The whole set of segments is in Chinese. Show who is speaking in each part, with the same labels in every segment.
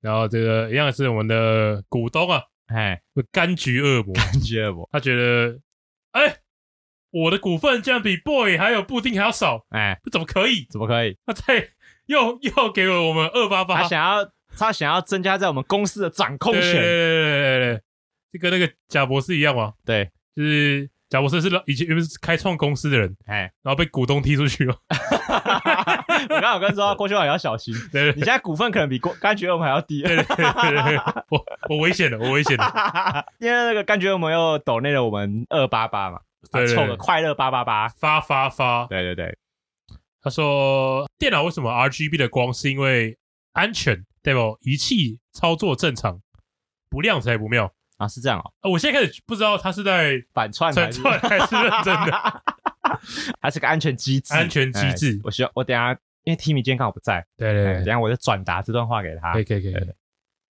Speaker 1: 然后这个一样是我们的股东啊，
Speaker 2: 哎，
Speaker 1: 柑橘恶魔，
Speaker 2: 感觉我，
Speaker 1: 他觉得，哎、我的股份竟然比 boy 还有布丁还要少，
Speaker 2: 哎，
Speaker 1: 这怎么可以？
Speaker 2: 怎么可以？
Speaker 1: 他再又又给了我们二八八，
Speaker 2: 他想要，他想要增加在我们公司的掌控
Speaker 1: 对对对
Speaker 2: 权。
Speaker 1: 对对对，这跟那个贾博士一样嘛，
Speaker 2: 对，
Speaker 1: 就是贾博士是以前原本是开创公司的人，
Speaker 2: 哎，
Speaker 1: 然后被股东踢出去了，
Speaker 2: 我刚刚有跟说郭秀华也要小心，
Speaker 1: 对对
Speaker 2: 你现在股份可能比郭柑橘恶魔还要低。
Speaker 1: 对对对对，我我危险了，我危险了，
Speaker 2: 因为那个柑橘恶魔又抖内了我们二八八嘛，啊
Speaker 1: 对对对
Speaker 2: 凑个快乐八八八。
Speaker 1: 发发发，
Speaker 2: 对对对，
Speaker 1: 他说电脑为什么 RGB 的光是因为安全，对不？仪器操作正常，不亮才不妙。
Speaker 2: 啊是这样哦，
Speaker 1: 啊我现在开始不知道他是在
Speaker 2: 反串
Speaker 1: 传
Speaker 2: 还是
Speaker 1: 传还是认真的。
Speaker 2: 的， 还是个安全机制，
Speaker 1: 安全机制
Speaker 2: 哎我需要我等一下，因为 Timmy 今天刚好不在，
Speaker 1: 对
Speaker 2: 哎
Speaker 1: 对
Speaker 2: 等一
Speaker 1: 对，
Speaker 2: 下我就转达这段话给他
Speaker 1: 可以。可以可以可以，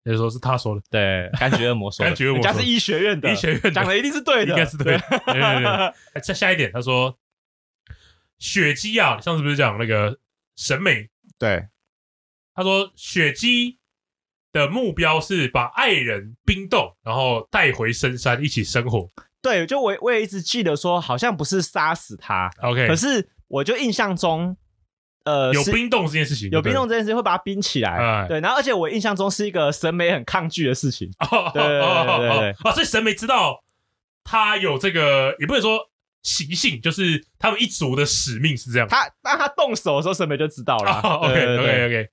Speaker 1: 那时候是他说的，
Speaker 2: 对，柑橘恶魔说的，
Speaker 1: 柑橘恶魔
Speaker 2: 人
Speaker 1: 说
Speaker 2: 家
Speaker 1: 的
Speaker 2: 是医学院的，
Speaker 1: 医学院的
Speaker 2: 讲的一定是对的，
Speaker 1: 应该是对的。对对对 对，哎再下一点，他说雪姬啊，上次不是讲那个审美？
Speaker 2: 对，
Speaker 1: 他说雪姬的目标是把爱人冰冻，然后带回深山一起生活。
Speaker 2: 对，就我我也一直记得说，好像不是杀死他，
Speaker 1: OK，
Speaker 2: 可是我就印象中，呃，
Speaker 1: 有
Speaker 2: 是
Speaker 1: 冰冻这件事情，
Speaker 2: 有
Speaker 1: 对不
Speaker 2: 冰
Speaker 1: 对
Speaker 2: 冻这件事会把它冰起
Speaker 1: 哎
Speaker 2: 来，对，然后而且我印象中是一个审美很抗拒的事情，
Speaker 1: 哦，
Speaker 2: 对对对对对
Speaker 1: 哦 哦哦，所以神媒知道他有这个，也不能说习性，就是他们一族的使命是这样。
Speaker 2: 他当他动手的时候，审美就知道了。
Speaker 1: 哦
Speaker 2: 对
Speaker 1: ，OK
Speaker 2: 对
Speaker 1: OK
Speaker 2: 对
Speaker 1: OK。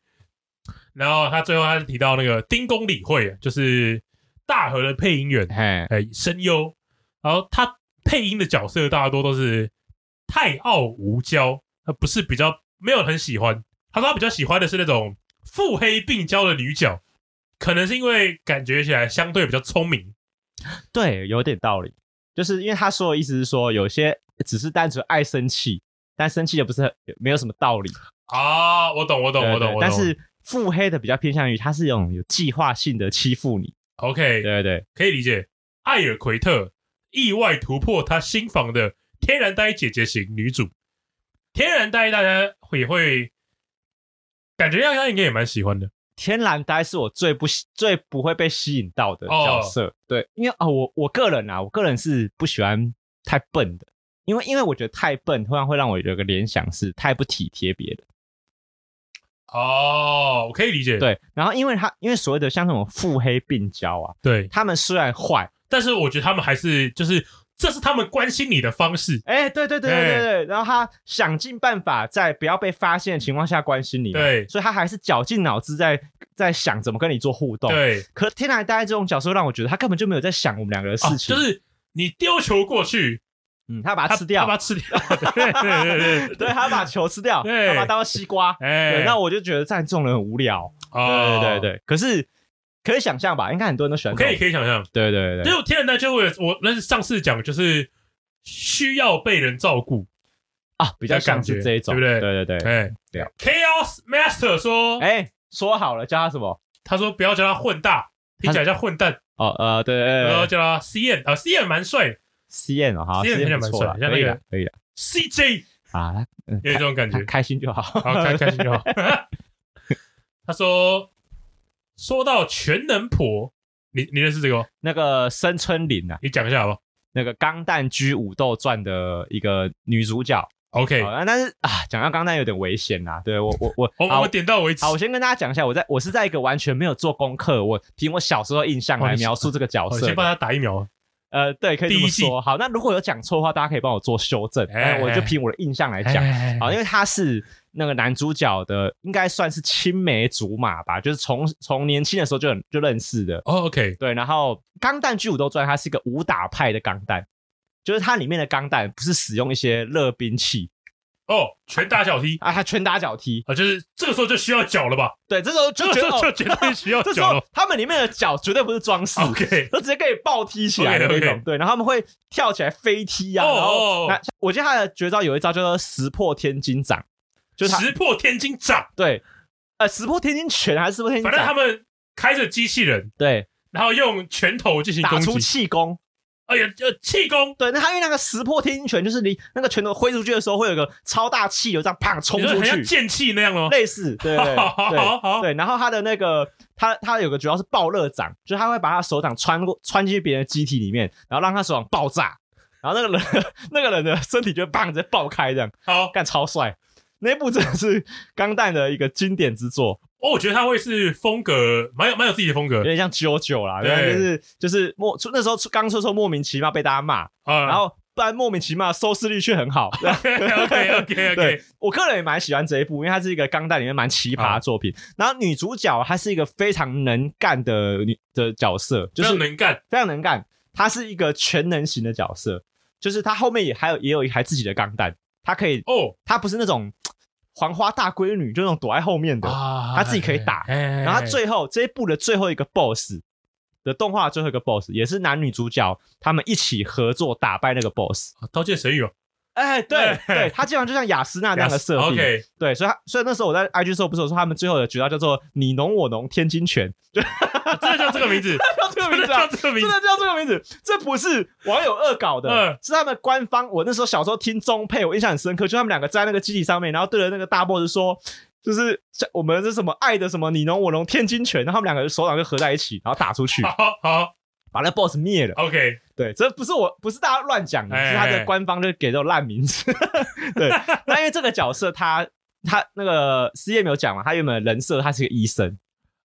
Speaker 1: 然后他最后他是提到那个丁公理会，就是大河的配音员，
Speaker 2: 嘿，
Speaker 1: 哎，声优，然后他配音的角色大多都是太傲无娇，他不是比较没有很喜欢。他说他比较喜欢的是那种腹黑病娇的女角，可能是因为感觉起来相对比较聪明，
Speaker 2: 对，有点道理。就是因为他说的意思是说，有些只是单纯爱生气，但生气也不是很没有什么道理。
Speaker 1: 啊，我懂，我懂，我
Speaker 2: 对对
Speaker 1: 懂，我懂。
Speaker 2: 但是腹黑的比较偏向于他是有种有计划性的欺负你。
Speaker 1: OK，
Speaker 2: 对对对，
Speaker 1: 可以理解。艾尔奎特意外突破他新房的天然呆姐姐型女主，天然呆大家也会感觉大家应该也蛮喜欢的。
Speaker 2: 天然呆是我最不喜最不会被吸引到的
Speaker 1: 哦
Speaker 2: 角色。对，因为啊、我我个人啊，我个人是不喜欢太笨的，因为因为我觉得太笨，突然会让我有一个联想是太不体贴别人。
Speaker 1: 哦，我可以理解。
Speaker 2: 对，然后因为他因为所谓的像那种腹黑病娇啊，
Speaker 1: 对，
Speaker 2: 他们虽然坏，
Speaker 1: 但是我觉得他们还是就是这是他们关心你的方式。
Speaker 2: 哎，对对对对
Speaker 1: 哎
Speaker 2: 对对，然后他想尽办法在不要被发现的情况下关心你嘛，
Speaker 1: 对
Speaker 2: 所以他还是绞尽脑汁在在想怎么跟你做互动。，
Speaker 1: 对，
Speaker 2: 可天然呆这种角色让我觉得他根本就没有在想我们两个的
Speaker 1: 啊
Speaker 2: 事情，
Speaker 1: 就是你丢球过去，
Speaker 2: 嗯，他
Speaker 1: 他
Speaker 2: 把它吃掉
Speaker 1: 他，把它吃 掉。对对对对
Speaker 2: 对，他把球吃掉，
Speaker 1: 对
Speaker 2: 他把它当做西瓜，
Speaker 1: 哎
Speaker 2: 对，，那我就觉得这样这种人很无聊，
Speaker 1: 哦
Speaker 2: 对对，对，可是可以想象吧，应该很多人都喜欢
Speaker 1: 我
Speaker 2: 这
Speaker 1: 可
Speaker 2: 种，
Speaker 1: 以可以想象。
Speaker 2: 对对对
Speaker 1: 因
Speaker 2: 对，
Speaker 1: 为天然呆就会有我那是上次讲就是需要被人照顾，
Speaker 2: 啊，比较像是这一种，
Speaker 1: 对不对
Speaker 2: 对对对，
Speaker 1: 哎
Speaker 2: 对啊
Speaker 1: ，Chaos Master 说，
Speaker 2: 哎，说好了叫他什么？
Speaker 1: 他说不要叫他混大，听起来像混蛋，
Speaker 2: 哦，呃，对对
Speaker 1: 然后
Speaker 2: 对对
Speaker 1: 叫他 CN 啊，CN 蛮帅
Speaker 2: ，CN 哦，好
Speaker 1: CN 听起来
Speaker 2: ，CN
Speaker 1: 蛮
Speaker 2: 不错啦
Speaker 1: 帅像
Speaker 2: 可以
Speaker 1: 那个
Speaker 2: 了，可以了，
Speaker 1: ，CJ
Speaker 2: 啊，他嗯
Speaker 1: 有这种感
Speaker 2: 开
Speaker 1: 觉，
Speaker 2: 开心就好，
Speaker 1: 好开开心就好。 他说，说到全能婆，你你认识这个吗？
Speaker 2: 那个深春绫啊，
Speaker 1: 你讲一下好不好
Speaker 2: 那个《钢弹居武斗传》的一个女主角，
Speaker 1: ？OK，
Speaker 2: 好啊，但是啊，讲到钢弹有点危险呐，对我我啊我，
Speaker 1: 我
Speaker 2: 好
Speaker 1: 我们点到为止哦
Speaker 2: 好，。我先跟大家讲一下，我在我是在一个完全没有做功课，我凭我小时候印象
Speaker 1: 哦
Speaker 2: 来
Speaker 1: 你是
Speaker 2: 描述这个角
Speaker 1: 好，
Speaker 2: 色
Speaker 1: 先
Speaker 2: 的。
Speaker 1: 帮他打啊疫苗。
Speaker 2: 呃，对，可以这
Speaker 1: 第
Speaker 2: 么
Speaker 1: 一季
Speaker 2: 说。好，那如果有讲错的话，大家可以帮我做修正，
Speaker 1: 哎
Speaker 2: 哎，我就凭我的印象来讲。
Speaker 1: 哎
Speaker 2: 啊，因为他是那个男主角的，应该算是青梅竹马吧，就是从从年轻的时候就很就认识的。
Speaker 1: 哦，OK，
Speaker 2: 对，然后《钢弹巨武斗传》它是一个武打派的钢弹，就是它里面的钢弹不是使用一些热兵器，
Speaker 1: 哦，拳打脚踢
Speaker 2: 啊，他拳打脚踢，
Speaker 1: 啊，就是这个时候就需要脚了吧？
Speaker 2: 对，这时候就
Speaker 1: 这
Speaker 2: 觉
Speaker 1: 时
Speaker 2: 得
Speaker 1: 候
Speaker 2: 哦
Speaker 1: 就绝对需要
Speaker 2: 这时
Speaker 1: 脚
Speaker 2: 候
Speaker 1: 了。
Speaker 2: 他们里面的脚绝对不是装饰
Speaker 1: OK，
Speaker 2: 都直接给你暴踢起来的那
Speaker 1: OK，OK
Speaker 2: 种。对，然后他们会跳起来飞踢啊，
Speaker 1: 哦
Speaker 2: 然
Speaker 1: 哦
Speaker 2: 后
Speaker 1: 哦
Speaker 2: 那我记得他的绝招有一招叫做石破天惊掌，就是他
Speaker 1: 石破天惊掌，
Speaker 2: 对，呃，石破天惊拳还是石破天惊
Speaker 1: 反正他
Speaker 2: 掌？
Speaker 1: 们开着机器人，
Speaker 2: 对，
Speaker 1: 然后用拳头进行
Speaker 2: 打
Speaker 1: 攻
Speaker 2: 出
Speaker 1: 击。
Speaker 2: 气功。
Speaker 1: 哎呀，呃，气功，
Speaker 2: 对，那他因为那个石破天惊拳，就是你那个拳头挥出去的时候，会有一个超大气流这样砰冲
Speaker 1: 你说
Speaker 2: 出
Speaker 1: 很像
Speaker 2: 去，
Speaker 1: 剑气那样哦。
Speaker 2: 类似，对对
Speaker 1: 好好
Speaker 2: 对
Speaker 1: 好好
Speaker 2: 对。然后他的那个他他有个主要是爆热掌，就是他会把他手掌穿过穿进去别人的机体里面，然后让他手掌爆炸，然后那个人 那个人的身体就会砰直接爆开，这样
Speaker 1: 好，
Speaker 2: 干超帅。那一部真的是钢弹的一个经典之作，
Speaker 1: 哦，我觉得他会是风格，蛮有蛮有自己的风格
Speaker 2: 有点像 JoJo 啦，
Speaker 1: 对
Speaker 2: 对，就是就是莫出那时候出刚出的时候莫名其妙被大家骂，
Speaker 1: 啊。
Speaker 2: 然后不然莫名其妙收视率却很好。
Speaker 1: OK OK
Speaker 2: 对
Speaker 1: OK，，
Speaker 2: 我个人也蛮喜欢这一部，因为它是一个钢弹里面蛮奇葩的作品。然后女主角她是一个非常能干的女的角色，
Speaker 1: 就
Speaker 2: 就是
Speaker 1: 是能干
Speaker 2: 非常能干，她是一个全能型的角色，就是她后面也还有也有一台自己的钢弹，她可以，
Speaker 1: 哦
Speaker 2: 她不是那种黄花大闺女，就那种躲在后面的。
Speaker 1: 啊哎
Speaker 2: 他自己可以打
Speaker 1: 然
Speaker 2: 然后他最后这一部的最后一个 BOSS 的动画最后一个 BOSS 也是男女主角他们一起合作打败那个 BOSS。
Speaker 1: 刀剑神域哦，
Speaker 2: 哎，对
Speaker 1: 对
Speaker 2: 对，他基本上就像雅斯娜那样的设定。
Speaker 1: OK，
Speaker 2: 对，所以他所以那时候我在 IG 时候不是有说他们最后的绝招叫做你侬我侬天津 拳，
Speaker 1: 啊真的叫这个名字，
Speaker 2: 叫 这个
Speaker 1: 真
Speaker 2: 名
Speaker 1: 的
Speaker 2: 字
Speaker 1: 叫。
Speaker 2: 啊
Speaker 1: 这个名
Speaker 2: 真
Speaker 1: 字
Speaker 2: 的叫这个名字，这不是网友恶搞的，
Speaker 1: 嗯
Speaker 2: 是他们官方。我那时候小时候听中配，我印象很深刻，就他们两个在那个机体上面，然后对着那个大 boss 说，就是像我们是什么爱的什么你侬我侬天津拳，然后他们两个手掌就合在一起，然后打出去，
Speaker 1: 好好
Speaker 2: 把那 boss 灭了。
Speaker 1: OK，
Speaker 2: 对，这不是我，不是大家乱讲的，
Speaker 1: 哎
Speaker 2: 是他的官方就给这种烂名字。 对，那因为这个角色他他那个师爷没有讲嘛，他原本人设他是个医生，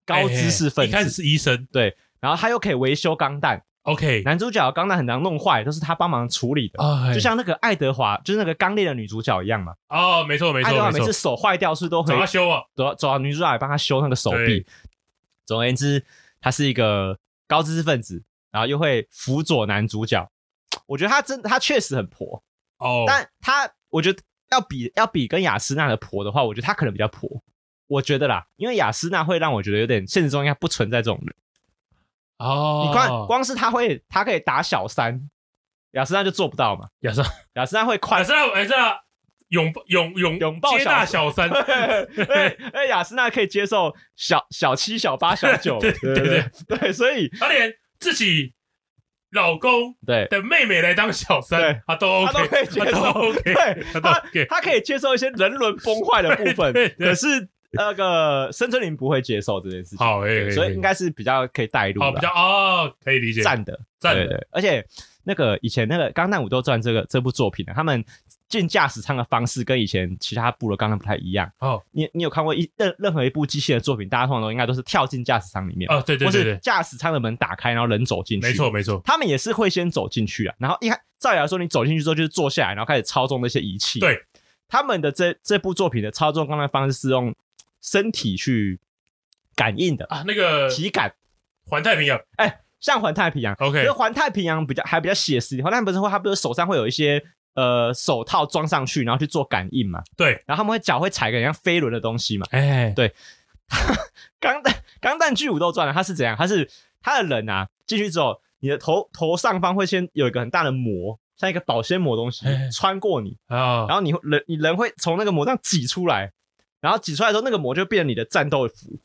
Speaker 2: 高知识分
Speaker 1: 哎一开始
Speaker 2: 子，
Speaker 1: 是医生
Speaker 2: 然后他又可以维修钢弹。
Speaker 1: OK
Speaker 2: 男主角的钢弹很常弄坏，都是他帮忙处理的。
Speaker 1: 啊
Speaker 2: 就像那个爱德华，就是那个刚烈的女主角一样嘛。
Speaker 1: 哦，没错没
Speaker 2: 爱德
Speaker 1: 错
Speaker 2: 华
Speaker 1: 没
Speaker 2: 每
Speaker 1: 错，
Speaker 2: 次手坏掉是不是都会
Speaker 1: 找他修啊，
Speaker 2: 走到走到女主角来帮他修那个手
Speaker 1: 对
Speaker 2: 臂。总而言之，他是一个高知识分子，然后又会辅佐男主角。我觉得他真他确实很婆，
Speaker 1: 哦，
Speaker 2: 但他我觉得要比要比跟雅诗娜的婆的话，我觉得他可能比较婆。我觉得啦，因为雅诗娜会让我觉得有点现实中应该不存在这种人。
Speaker 1: 哦，
Speaker 2: 你看，光是他会，他可以打小三，雅诗娜就做不到嘛。
Speaker 1: 亚瑟，
Speaker 2: 雅诗娜会
Speaker 1: 亚
Speaker 2: 快，
Speaker 1: 瑟，亚瑟，拥拥拥
Speaker 2: 拥抱
Speaker 1: 接纳小三，
Speaker 2: 对，哎，雅诗娜可以接受小小七、小八、小九，
Speaker 1: 对
Speaker 2: 对
Speaker 1: 对
Speaker 2: 对对对，所以
Speaker 1: 他连自己老公
Speaker 2: 对
Speaker 1: 的妹妹来当小三
Speaker 2: 对，
Speaker 1: 他都
Speaker 2: 他都可
Speaker 1: OK，
Speaker 2: 以接
Speaker 1: 都
Speaker 2: 受，
Speaker 1: OK，
Speaker 2: 对
Speaker 1: 他都
Speaker 2: 他
Speaker 1: OK，
Speaker 2: 他可以接受一些人伦崩坏的部 分
Speaker 1: 对对，对
Speaker 2: 可是那个深村林不会接受这件事情，
Speaker 1: 好，哎，哎
Speaker 2: 所
Speaker 1: 哎
Speaker 2: 以应该是比较可以带入
Speaker 1: 好
Speaker 2: 吧，
Speaker 1: 比较哦，可以理解，
Speaker 2: 赞的，
Speaker 1: 赞
Speaker 2: 对
Speaker 1: 的
Speaker 2: 对，而且那个以前那个《钢弹武斗传》这个这部作品啊呢，他们进驾驶舱的方式跟以前其他部的钢弹不太一样。
Speaker 1: 哦，
Speaker 2: 你你有看过一任任何一部机器人作品，大家通常都应该都是跳进驾驶舱里面，
Speaker 1: 哦，对对
Speaker 2: 或
Speaker 1: 对
Speaker 2: 是
Speaker 1: 对，
Speaker 2: 驾驶舱的门打开，然后人走进去。
Speaker 1: 没错，没错，
Speaker 2: 他们也是会先走进去啊，然后一开照理来说，你走进去之后就是坐下来，然后开始操纵那些仪器。
Speaker 1: 对，
Speaker 2: 他们的这这部作品的操纵钢弹方式是用身体去感应的，
Speaker 1: 啊，那个
Speaker 2: 体感。
Speaker 1: 环太平洋
Speaker 2: 哎，像环太平洋
Speaker 1: 哦 OK
Speaker 2: 因为环太平洋比较还比较写实一点，环太平洋不是会，它不是手上会有一些呃手套装上去，然后去做感应嘛，
Speaker 1: 对，
Speaker 2: 然后他们会脚会踩个很像飞轮的东西嘛。
Speaker 1: 哎，
Speaker 2: 钢弹钢弹巨武斗传呢，它是怎样？它是它的人啊进去之后，你的头头上方会先有一个很大的膜，像一个保鲜膜的东西
Speaker 1: 哎
Speaker 2: 穿过你，
Speaker 1: 啊
Speaker 2: 然，后你会人你人会从那个膜上挤出来，然后挤出来之后，那个膜就变成你的战斗服，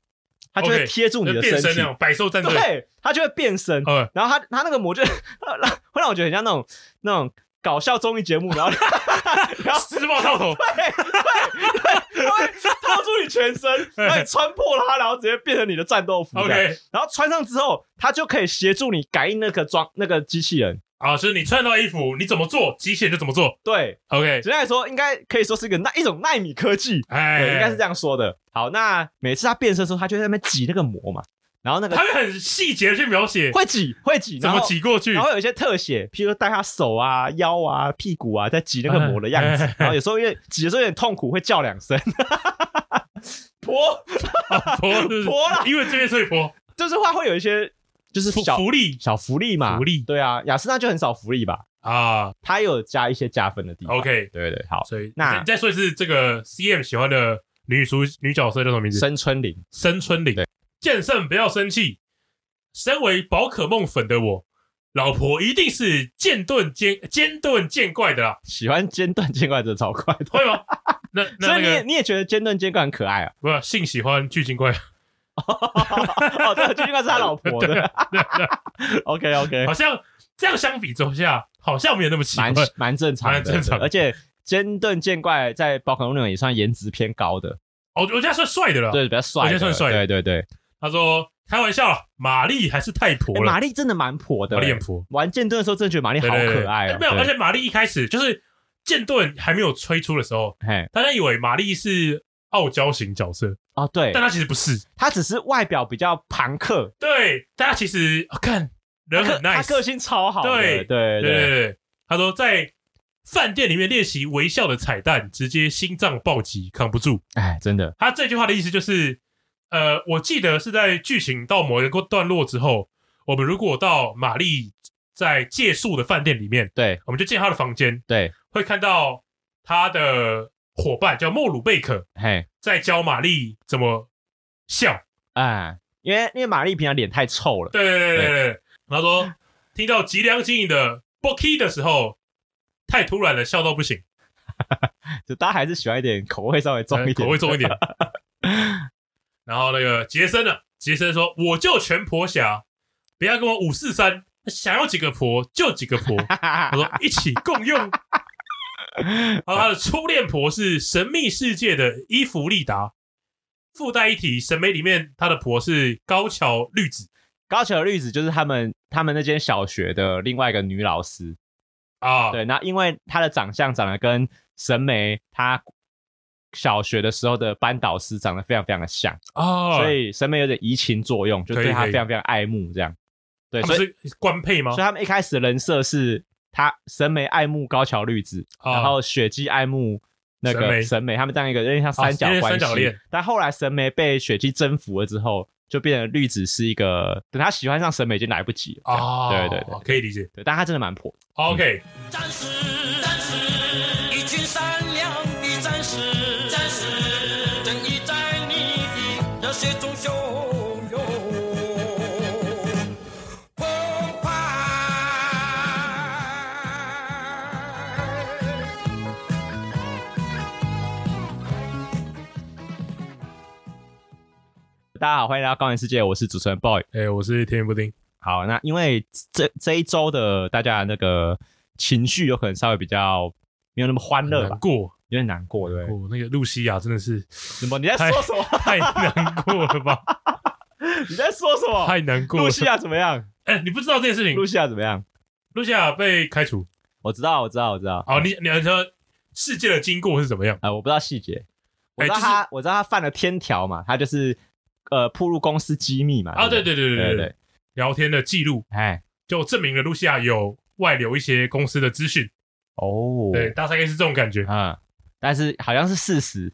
Speaker 2: 它就会
Speaker 1: OK，
Speaker 2: 贴住你
Speaker 1: 就
Speaker 2: 的
Speaker 1: 变身
Speaker 2: 身体
Speaker 1: 那，种百兽战队，
Speaker 2: 对，它就会变身。
Speaker 1: 呃，
Speaker 2: 然后他他那个魔就 会让我觉得很像那种那种搞笑综艺节目，然后 然后
Speaker 1: 施暴套头，
Speaker 2: 对对对，他会掏出你全身， 让你穿破它，然后直接变成你的战斗服。
Speaker 1: OK，
Speaker 2: 然后穿上之后，它就可以协助你感应那个装那个机器人。
Speaker 1: 啊，就是你穿到衣服，你怎么做，机械就怎么做
Speaker 2: 对，
Speaker 1: ，OK，
Speaker 2: 简单来说，应该可以说是一个耐一种纳米科技，
Speaker 1: 哎，
Speaker 2: 对，应该是这样说的。好，那每次它变身的时候，它就在那边挤那个膜嘛，然后那个
Speaker 1: 他会很细节地去描写
Speaker 2: 会挤会挤，
Speaker 1: 怎
Speaker 2: 然
Speaker 1: 么
Speaker 2: 后
Speaker 1: 挤过去
Speaker 2: 然，后有一些特写，譬如说带他手啊、腰啊、屁股啊，在挤那个膜的样子
Speaker 1: 哎哎。
Speaker 2: 然后有时候因为挤的时候有点痛苦，会叫两 声。婆
Speaker 1: 婆是不是
Speaker 2: 婆啦，
Speaker 1: 因为这边所以婆
Speaker 2: 就是话会有一些就是
Speaker 1: 福
Speaker 2: 小
Speaker 1: 福利
Speaker 2: 小福利嘛，
Speaker 1: 福利
Speaker 2: 对啊，雅诗娜就很少福利吧？
Speaker 1: 啊
Speaker 2: 它有加一些加分的地方。
Speaker 1: ，OK，
Speaker 2: 对对，好，
Speaker 1: 所以
Speaker 2: 那
Speaker 1: 你再说一次，这个 CM 喜欢的女主女角色叫什么名字？
Speaker 2: 深春林，
Speaker 1: 深春林
Speaker 2: 对。
Speaker 1: 剑圣不要生气，身为宝可梦粉的我，老婆一定是剑盾尖尖盾见怪的啦，
Speaker 2: 喜欢尖盾见怪者超快的，
Speaker 1: 会吗？ 那
Speaker 2: 所
Speaker 1: 那那
Speaker 2: 以你也
Speaker 1: 个
Speaker 2: 你也觉得尖盾见怪很可爱啊？
Speaker 1: 不是性喜欢巨精怪，
Speaker 2: 哦，对，尖盾怪是他老婆的。OK OK，
Speaker 1: 好像这样相比之下，好像没有那么奇怪
Speaker 2: 蛮。蛮正常的，
Speaker 1: 蛮正常的
Speaker 2: 而且尖盾见怪在宝可梦里面也算颜值偏高的，
Speaker 1: 哦，我觉得算帅的了。
Speaker 2: 对，比较帅
Speaker 1: 我觉
Speaker 2: 的，
Speaker 1: 得算帅的
Speaker 2: 对对对。
Speaker 1: 他说开玩笑啦，玛丽还是太婆
Speaker 2: 欸
Speaker 1: 了，
Speaker 2: 玛丽真的蛮婆的
Speaker 1: 玛，丽很婆，
Speaker 2: 玩剑盾的时候，真的觉得玛丽好
Speaker 1: 对对对哎
Speaker 2: 可爱哦。
Speaker 1: 没有，
Speaker 2: 对
Speaker 1: 而且玛丽一开始就是剑盾还没有推出的时候，
Speaker 2: 嘿，
Speaker 1: 大家以为玛丽是傲娇型角色，
Speaker 2: 哦，对
Speaker 1: 但，她其实不是。
Speaker 2: 她只是外表比较朋克，
Speaker 1: 对，大家其实哦看人很
Speaker 2: 她
Speaker 1: nice，
Speaker 2: 个性超好的，
Speaker 1: 对
Speaker 2: 对
Speaker 1: 对对
Speaker 2: 对
Speaker 1: 对对，他说在饭店里面练习微笑的彩蛋，直接心脏暴击扛不住。
Speaker 2: 哎，真的，
Speaker 1: 他这句话的意思就是，呃，我记得是在剧情到某一个段落之后，我们如果到玛丽在借宿的饭店里面，
Speaker 2: 对
Speaker 1: 我们就进她的房间，
Speaker 2: 对，
Speaker 1: 会看到她的伙伴叫莫鲁贝克
Speaker 2: 嘿，
Speaker 1: 在教玛丽怎么笑。
Speaker 2: 哎，因为因为玛丽平常脸太臭了，
Speaker 1: 对对对对对。然后说听到吉良经营的 Boki 的时候，太突然了，笑到不行，
Speaker 2: 就大家还是喜欢一点口味稍微重一点，
Speaker 1: 哎口味重一 点。然后那个杰森呢、杰森说：“我就全婆侠，不要跟我五四三，想要几个婆就几个 婆。”他说：“一起共用。”然后他的初恋婆是《神秘世界》的伊芙丽达。附带一提，《神媒》里面他的婆是高桥绿子
Speaker 2: 高桥绿子就是他们他们那间小学的另外一个女老师，
Speaker 1: 啊，
Speaker 2: 对，那因为她的长相长得跟神美她小学的时候的班导师长得非常非常的像，
Speaker 1: 啊，
Speaker 2: 所以审美有点移情作用，就
Speaker 1: 可以
Speaker 2: 对她
Speaker 1: 可以
Speaker 2: 非常非常爱慕这样。对，
Speaker 1: 他
Speaker 2: 所
Speaker 1: 们
Speaker 2: 以
Speaker 1: 是哦官配吗
Speaker 2: 所以？他们一开始的人设是她审美爱慕高桥绿子，
Speaker 1: 啊
Speaker 2: 然后雪姬爱慕那
Speaker 1: 神
Speaker 2: 个
Speaker 1: 美
Speaker 2: 审美，他们这样一个有点像三角
Speaker 1: 啊有点
Speaker 2: 关系。
Speaker 1: 三角恋
Speaker 2: 但后来审美被雪姬征服了之后，就变成绿子是一个，等她喜欢上审美已经来不及了。这样
Speaker 1: 哦，
Speaker 2: 对对嗯对，
Speaker 1: 可以理解。
Speaker 2: 对，但她真的蛮婆。
Speaker 1: OK，
Speaker 3: 战士，战士，一群善良的战士，战士，正义在你的热血中汹涌澎湃。
Speaker 2: 大家好，欢迎来到高玩世界，我是主持人 boy。
Speaker 1: 哎、我是甜甜布丁，
Speaker 2: 好，那因为这这一周的大家的那个情绪有可能稍微比较没有那么欢乐吧
Speaker 1: 难，过，哦
Speaker 2: 有点难过，对不对？
Speaker 1: 我那个露西亚真的是
Speaker 2: 什么？你在说什么？
Speaker 1: 太难过了吧，
Speaker 2: 你在说什么？
Speaker 1: 太难过了。
Speaker 2: 哦露西，亚怎么样？
Speaker 1: 哎、你不知道这件事情
Speaker 2: 露，西亚怎么样？
Speaker 1: 露西亚被开除。
Speaker 2: 我知道，我知道，我知道。
Speaker 1: 好，你你说事件的经过是怎么样？
Speaker 2: 啊，我不知道细节，我
Speaker 1: 哎
Speaker 2: 知道
Speaker 1: 就是
Speaker 2: 他，我知道他犯了天条嘛，他就是呃，铺入公司机密嘛。
Speaker 1: 啊，对
Speaker 2: 不
Speaker 1: 对对对
Speaker 2: 对
Speaker 1: 对
Speaker 2: 对
Speaker 1: 对
Speaker 2: 对，，
Speaker 1: 聊天的记录
Speaker 2: 哎，
Speaker 1: 就证明了露西亚有外流一些公司的资讯。
Speaker 2: 哦，
Speaker 1: 对，，大概是这种感觉。
Speaker 2: 嗯，但是好像是事实，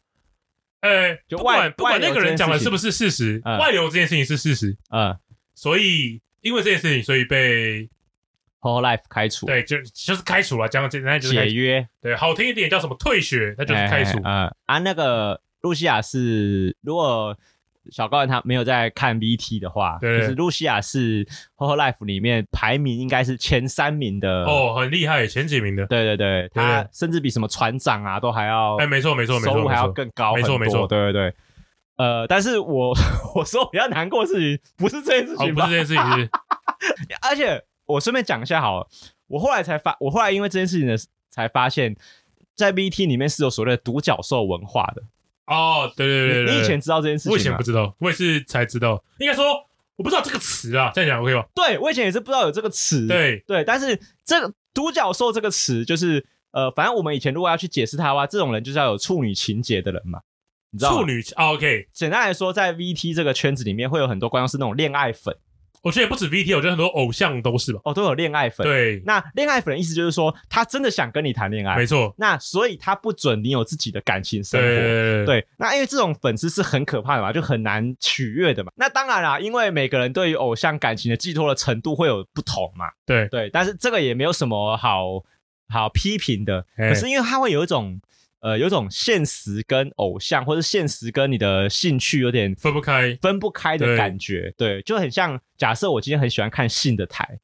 Speaker 1: 呃、
Speaker 2: 就
Speaker 1: 不
Speaker 2: 外
Speaker 1: 管不管
Speaker 2: 外流
Speaker 1: 那个人讲的
Speaker 2: 这件事情
Speaker 1: 是不是事实，
Speaker 2: 嗯
Speaker 1: 外流这件事情是事实，
Speaker 2: 嗯
Speaker 1: 所以因为这件事情，所以被
Speaker 2: ，Whole Life 开除，
Speaker 1: 对，就就是开除了，讲简单就是开
Speaker 2: 解
Speaker 1: 除。
Speaker 2: 约，
Speaker 1: 对，好听一点叫什么退学，那就是开除。
Speaker 2: 嗯啊，那个露西亚是，如果小高人他没有在看 VT 的话，
Speaker 1: 对
Speaker 2: 就是露西亚是《Whole Life》里面排名应该是前三名的。，
Speaker 1: 哦，很厉害，前几名的。
Speaker 2: 哎对对对，他甚至比什么船长啊都还要，
Speaker 1: 哎，没错，没错，没
Speaker 2: 收
Speaker 1: 错，没
Speaker 2: 入还要
Speaker 1: 错。
Speaker 2: 更高
Speaker 1: 没
Speaker 2: 很
Speaker 1: 错
Speaker 2: 多，
Speaker 1: 没错
Speaker 2: 对对对。呃，但是我 我说比较难过的事情不是这件事
Speaker 1: 哦，
Speaker 2: 情
Speaker 1: 不
Speaker 2: 吧，
Speaker 1: 是这件事情 是
Speaker 2: 而且我顺便讲一下好了，我后来才发，我后来因为这件事情的才发现，在 VT 里面是有所谓的独角兽文化的。
Speaker 1: 哦，对对对对
Speaker 2: 你
Speaker 1: 对。
Speaker 2: 你以前知道这件事情吗？
Speaker 1: 我以前不知道，我也是才知道。应该说我不知道这个词啊，这样讲 OK 吧？
Speaker 2: 对，我以前也是不知道有这个词。
Speaker 1: 对，
Speaker 2: 对，但是这个“独角兽”这个词，就是呃，反正我们以前如果要去解释它的话，这种人就是要有处女情节的人嘛，你知道吗
Speaker 1: 处。女啊，OK
Speaker 2: 简单来说，在 VT 这个圈子里面，会有很多观众是那种恋爱粉，
Speaker 1: 我觉得也不止 VT，我觉得很多偶像都是吧。
Speaker 2: 哦，都有恋爱粉。，
Speaker 1: 对，
Speaker 2: 那恋爱粉的意思就是说，他真的想跟你谈恋爱
Speaker 1: 没，错，
Speaker 2: 那所以他不准你有自己的感情生活。
Speaker 1: 对
Speaker 2: 对，那因为这种粉丝是很可怕的嘛，就很难取悦的嘛。那当然啦，因为每个人对于偶像感情的寄托的程度会有不同嘛。
Speaker 1: 对
Speaker 2: 对，但是这个也没有什么好好批评的。
Speaker 1: 哎
Speaker 2: 可是因为它会有一种呃，有一种现实跟偶像，或者现实跟你的兴趣有点
Speaker 1: 分不开。
Speaker 2: 分不开的
Speaker 1: 对
Speaker 2: 感觉。对，就很像假设我今天很喜欢看性的台，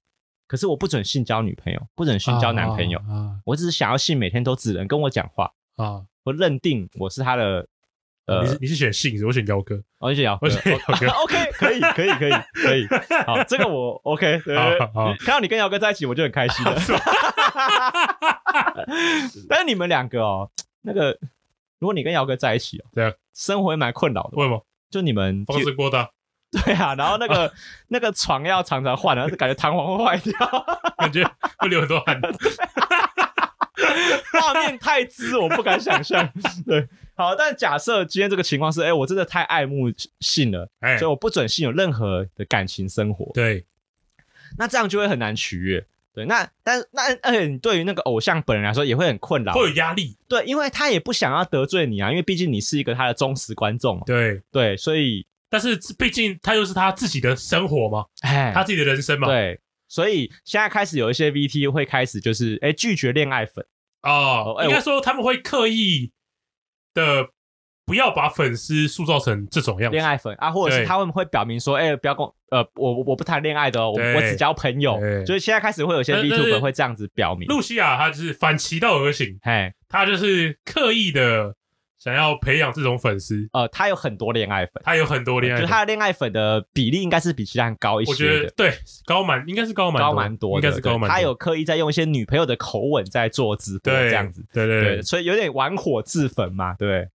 Speaker 2: 可是我不准性交女朋友，不准性交男朋友，
Speaker 1: 啊
Speaker 2: 我只是想要性每天都只能跟我讲话，
Speaker 1: 啊啊！
Speaker 2: 我认定我是他的。呃
Speaker 1: 你，是你是选性，我选姚哥。
Speaker 2: 我就咬
Speaker 1: 我
Speaker 2: 哥
Speaker 1: 选姚哥
Speaker 2: ，OK，可以，可以，可以，可以。好，这个我 OK，对对
Speaker 1: 好好
Speaker 2: 对，看到你跟姚哥在一起，我就很开心了。 但是你们两个哦，那个，如果你跟姚哥在一起哦，
Speaker 1: 怎样，
Speaker 2: 生活也蛮困扰的。
Speaker 1: 为什么？
Speaker 2: 就你们
Speaker 1: 风势过大，
Speaker 2: 对啊，然后那 个那个床要常常换，然后啊就感觉弹簧会坏掉，
Speaker 1: 感觉会流很多 汗。
Speaker 2: 画面太滋，我不敢 想象。对，好，但假设今天这个情况是，哎，我真的太爱慕性了，
Speaker 1: 哎
Speaker 2: 所以，我不准性有任何的感情生活。
Speaker 1: 对，
Speaker 2: 那这样就会很难取悦。对，那但是那而且你对于那个偶像本人来说也会很困扰，
Speaker 1: 会有压力。
Speaker 2: 对，因为他也不想要得罪你啊，因为毕竟你是一个他的忠实观众嘛，
Speaker 1: 对，
Speaker 2: 对，所以
Speaker 1: 但是毕竟他又是他自己的生活嘛，
Speaker 2: 哎，
Speaker 1: 他自己的人生嘛。
Speaker 2: 对，所以现在开始有一些 VT 会开始就是哎拒绝恋爱粉，
Speaker 1: 哦
Speaker 2: 哦，哎
Speaker 1: 应该说他们会刻意的不要把粉丝塑造成这种样子
Speaker 2: 恋。爱粉啊，或者是
Speaker 1: 对
Speaker 2: 他们会表明说，哎，不要跟我呃我我我不谈恋爱的哦，我
Speaker 1: 对
Speaker 2: 我只交朋友，
Speaker 1: 对
Speaker 2: 就是现在开始会有一些
Speaker 1: 但
Speaker 2: v
Speaker 1: 但
Speaker 2: t
Speaker 1: 是
Speaker 2: 粉会这样子表明，
Speaker 1: 露西亚她就是反其道而行，
Speaker 2: 哎，
Speaker 1: 她就是刻意的想要培养这种粉丝。
Speaker 2: 呃，他有很多恋爱粉，
Speaker 1: 她有很多恋爱
Speaker 2: 就
Speaker 1: 粉，
Speaker 2: 是他的恋爱粉的比例应该是比其他人高一些
Speaker 1: 我
Speaker 2: 的，
Speaker 1: 觉得对高蛮应该是高蛮
Speaker 2: 高蛮多
Speaker 1: 应
Speaker 2: 的，
Speaker 1: 该是高蛮多。
Speaker 2: 对他有刻意在用一些女朋友的口吻在做直播，
Speaker 1: 对
Speaker 2: 这样子，，
Speaker 1: 对对
Speaker 2: 对，所以有点玩火自焚嘛，对，